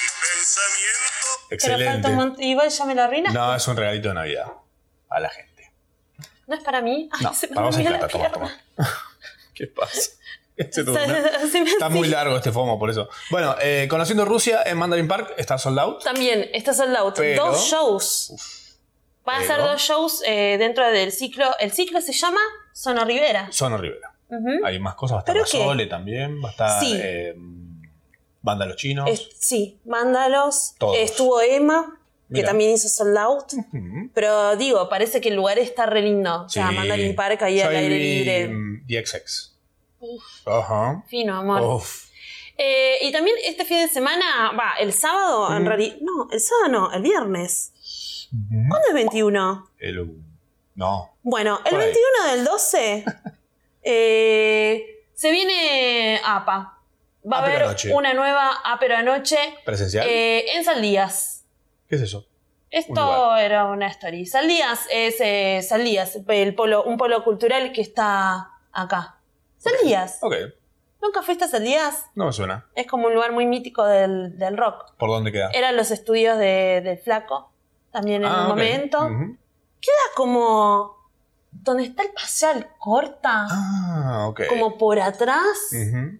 D: Mi pensamiento
B: Pero falta un
A: Excelente.
B: montón. Igual ya me la arruina. No.
A: No, es un regalito de Navidad. A la gente.
B: es para mí. Ay,
A: No,
B: se me
A: para vos hay
B: durmió la
A: plata. Toma,
B: pierna.
A: toma. ¿Qué pasa? Se
B: Se-
A: durmió.
B: se me-
A: Está muy largo este FOMO, por eso. Bueno, eh, conociendo Rusia en Mandarin Park, está sold out.
B: También, está sold out.
A: Pero-
B: dos shows. Van a ser
A: Pero-
B: dos shows eh, dentro del ciclo. El ciclo se llama Zona Rivera.
A: Sono Rivera.
B: Ujú.
A: Hay más cosas, va a estar
B: ¿Pero
A: la
B: qué?
A: Sole también, va a estar
B: Sí.
A: eh, Banda Los Chinos.
B: Es- sí, mándalos.
A: Todos.
B: Estuvo Emma, que
A: Mira.
B: también hizo sold out.
A: Mm.
B: Pero digo, parece que el lugar está re lindo. O sea,
A: Sí.
B: Mandarin Park ahí
A: Yo
B: al aire
A: vi,
B: libre.
A: mm, The XX. Ajá.
B: Fino, amor.
A: Uf.
B: Eh, y también este fin de semana, va, el sábado,
A: Mm.
B: en realidad. No, el sábado no, el viernes. ¿Cuándo es 21?
A: El- no.
B: Bueno, el
A: Por ahí.
B: 21 del 12 eh, se viene APA. Va a
A: Apero
B: haber
A: Anoche.
B: una nueva Apero Anoche
A: Presencial.
B: eh, en Saldías.
A: ¿Qué es eso? Un
B: Esto
A: lugar.
B: era una story. Saldías es eh, Saldías, el polo, un polo cultural que está acá. Saldías.
A: Ok,
B: ¿Nunca fuiste a Saldías?
A: no me suena.
B: Es como un lugar muy mítico del, del rock.
A: ¿Por dónde queda?
B: Eran los estudios de, del Flaco, también en
A: Ah,
B: un
A: ok.
B: momento.
A: Ujú.
B: Era como donde está el paseal corta,
A: Ah, ok.
B: como por atrás,
A: Ujú.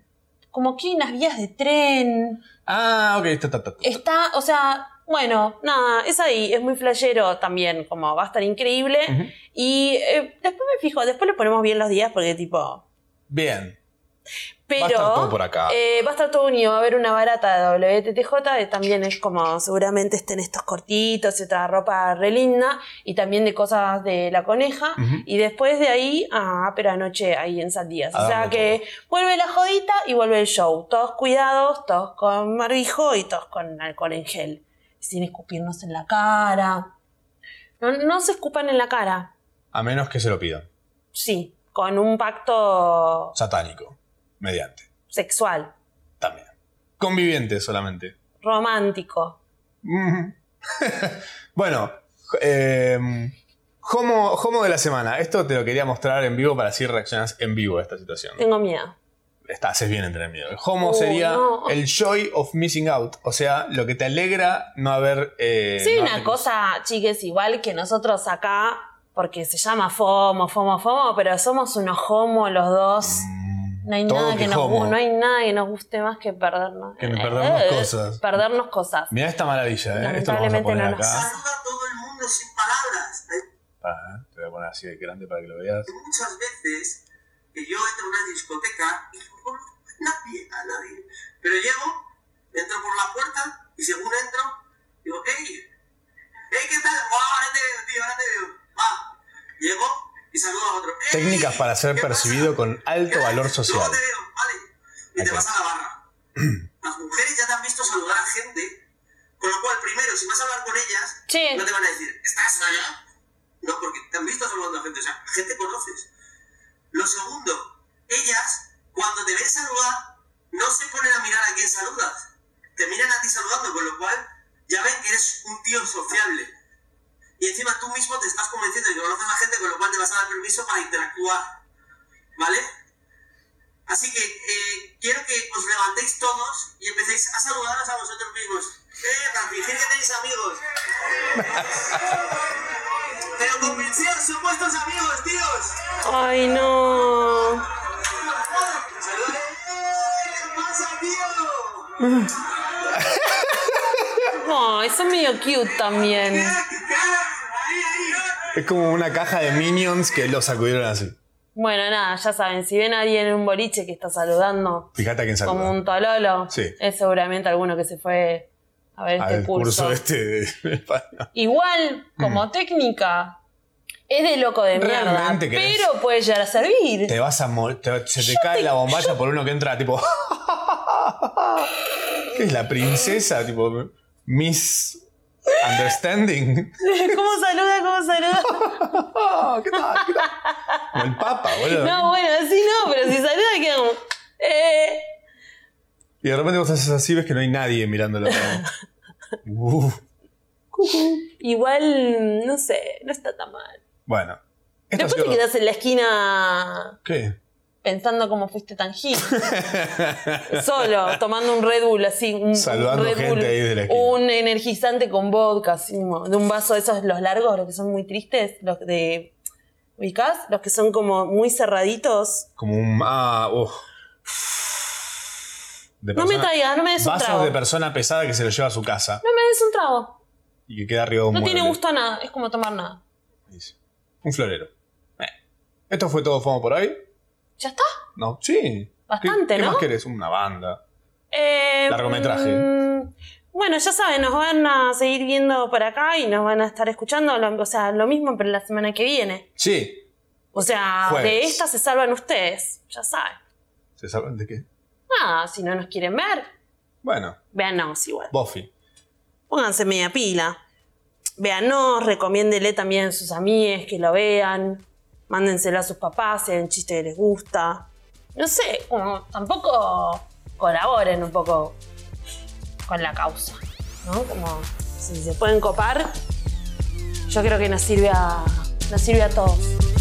B: como que hay unas vías de tren.
A: Ah, ok. ta, ta, ta, ta.
B: Está, o sea, bueno, nada, es ahí, es muy flashero también, como va a estar increíble.
A: Ujú.
B: Y eh, después me fijo, después le ponemos bien los días porque tipo...
A: Bien.
B: Pero
A: Va a estar todo por acá.
B: eh, va a estar todo unido, va a haber una barata de WTTJ, que también es como seguramente estén estos cortitos y otra ropa re linda, y también de cosas de la coneja,
A: Ujú.
B: y después de ahí a pero anoche ahí en San Díaz.
A: A
B: O sea
A: darlo
B: que vuelve la jodita y vuelve el show, todos cuidados, todos con barbijo y todos con alcohol en gel, sin escupirnos en la cara. No, no se escupan en la cara,
A: A menos que se lo pidan.
B: Sí, con un pacto
A: Satánico. Mediante.
B: sexual,
A: También. Conviviente solamente.
B: romántico.
A: Ujú. bueno, eh, homo, homo de la semana. Esto te lo quería mostrar en vivo para así reaccionas en vivo a esta situación.
B: Tengo miedo.
A: Está, haces bien en tener miedo. El homo
B: Oh,
A: sería
B: no.
A: el joy of missing out. O sea, lo que te alegra no haber. eh,
B: sí,
A: no
B: una
A: haber-
B: cosa, chiques, igual que nosotros acá, porque se llama FOMO, FOMO, FOMO, pero somos unos homos los dos.
A: Mm,
B: No hay,
A: todo
B: nada que nos,
A: homo.
B: gu- no hay nada que nos guste más que perdernos. Eh,
A: Que perdernos cosas.
B: Perdernos cosas.
A: Mirá esta maravilla, ¿eh? Esto lo vamos a
B: Lamentablemente
A: poner
B: no nos
A: acá.
B: pasa.
E: a todo el mundo sin palabras. Hay
A: Pará, te voy a poner así de grande para que lo veas.
E: muchas veces que yo entro a una discoteca y no conozco a nadie, a nadie. Pero llego, entro por la puerta y según entro, digo, hey, hey, ¿qué tal? ¡Wow! ahora te veo, tío, ahora te veo. Va. Llego y saludo a otro.
A: Técnicas para ser
E: ¿Qué pasa?
A: percibido con alto valor social.
E: Luego te veo, vale. Y te
A: Ok.
E: vas a la barra. Las mujeres ya te han visto saludar a gente, con lo cual, primero, si vas a hablar con ellas,
B: Sí.
E: no te van a decir, ¿estás sola? No, porque te han visto saludando a gente, o sea, gente conoces. Lo segundo, ellas, cuando te ven saludar, no se ponen a mirar a quién saludas. Te miran a ti saludando, con lo cual ya ven que eres un tío sociable. Y encima tú mismo te estás convenciendo de que conoces a gente, con lo cual te vas a dar permiso para interactuar. ¿Vale? Así que eh, quiero que os levantéis todos y empecéis a saludaros a vosotros mismos. ¡Eh, para fingir que tenéis amigos! Pero convencidos, son vuestros amigos, tíos.
B: Ay, no.
E: Saludad. ¿Qué pasa, tío?
B: Ay, son medio cute también.
E: Ahí, ahí.
A: Es como una caja de minions que lo sacudieron así.
B: Bueno, nada, ya saben, si ven a alguien en un boliche que está saludando
A: Fíjate a quién saluda.
B: como un tololo,
A: Sí.
B: es seguramente alguno que se fue a ver este
A: Al
B: curso.
A: curso este de- Mm.
B: Igual, como técnica, es de loco de mierda,
A: Realmente querés-
B: pero puede llegar a servir.
A: Te vas a mol- te- se te cae la bombacha por uno que entra tipo. ¿Qué es la princesa? Tipo. Miss Understanding.
B: ¿Cómo saluda? ¿Cómo saluda?
A: Ah, ¿Qué tal? ¿Qué tal? Como el Papa, boludo.
B: No, bueno, así no, pero si saluda queda como... Eh,
A: Y de repente vos haces así, ves que no hay nadie mirándolo. Uh,
B: igual, no sé, no está tan mal.
A: bueno. Esto ha
B: Después te
A: sido-
B: quedas en la esquina
A: ¿Qué?
B: pensando cómo fuiste tan hit. Solo, tomando un Red Bull, así, un
A: Saludando
B: Red
A: gente ahí de la esquina.
B: un energizante con vodka, así, mo- de un vaso de esos, los largos, los que son muy tristes, los de... ¿Ubicás? Los que son como muy cerraditos.
A: Como un. Ah, uf. De
B: No me
A: persona-
B: traigas, no me des un
A: Vasos
B: trago.
A: de persona pesada que se lo lleva a su casa
B: No me des un trago.
A: y que queda arriba de un
B: No tiene
A: mueble.
B: gusto a nada, es como tomar nada.
A: Dice. Un florero. Eh. Esto fue todo FOMO por hoy.
B: ¿Ya está?
A: No, sí.
B: Bastante,
A: ¿Qué, ¿Qué
B: ¿no?
A: más querés? Una banda.
B: Eh,
A: Largometraje.
B: mm, Bueno, ya saben, nos van a seguir viendo por acá y nos van a estar escuchando, lo- o sea, lo mismo, pero la semana que viene.
A: Sí.
B: O sea,
A: Jueves.
B: de esta se salvan ustedes, ya saben.
A: ¿Se saben de qué?
B: Nada, si no nos quieren ver,
A: Bueno,
B: véannos igual.
A: Buffy.
B: Pónganse media pila. Véannos, recomiéndele también a sus amigues que lo vean. Mándenselo a sus papás si hay un chiste que les gusta. No sé, como tampoco colaboren un poco con la causa, ¿no? Como si se pueden copar, yo creo que nos sirve a, nos sirve a todos.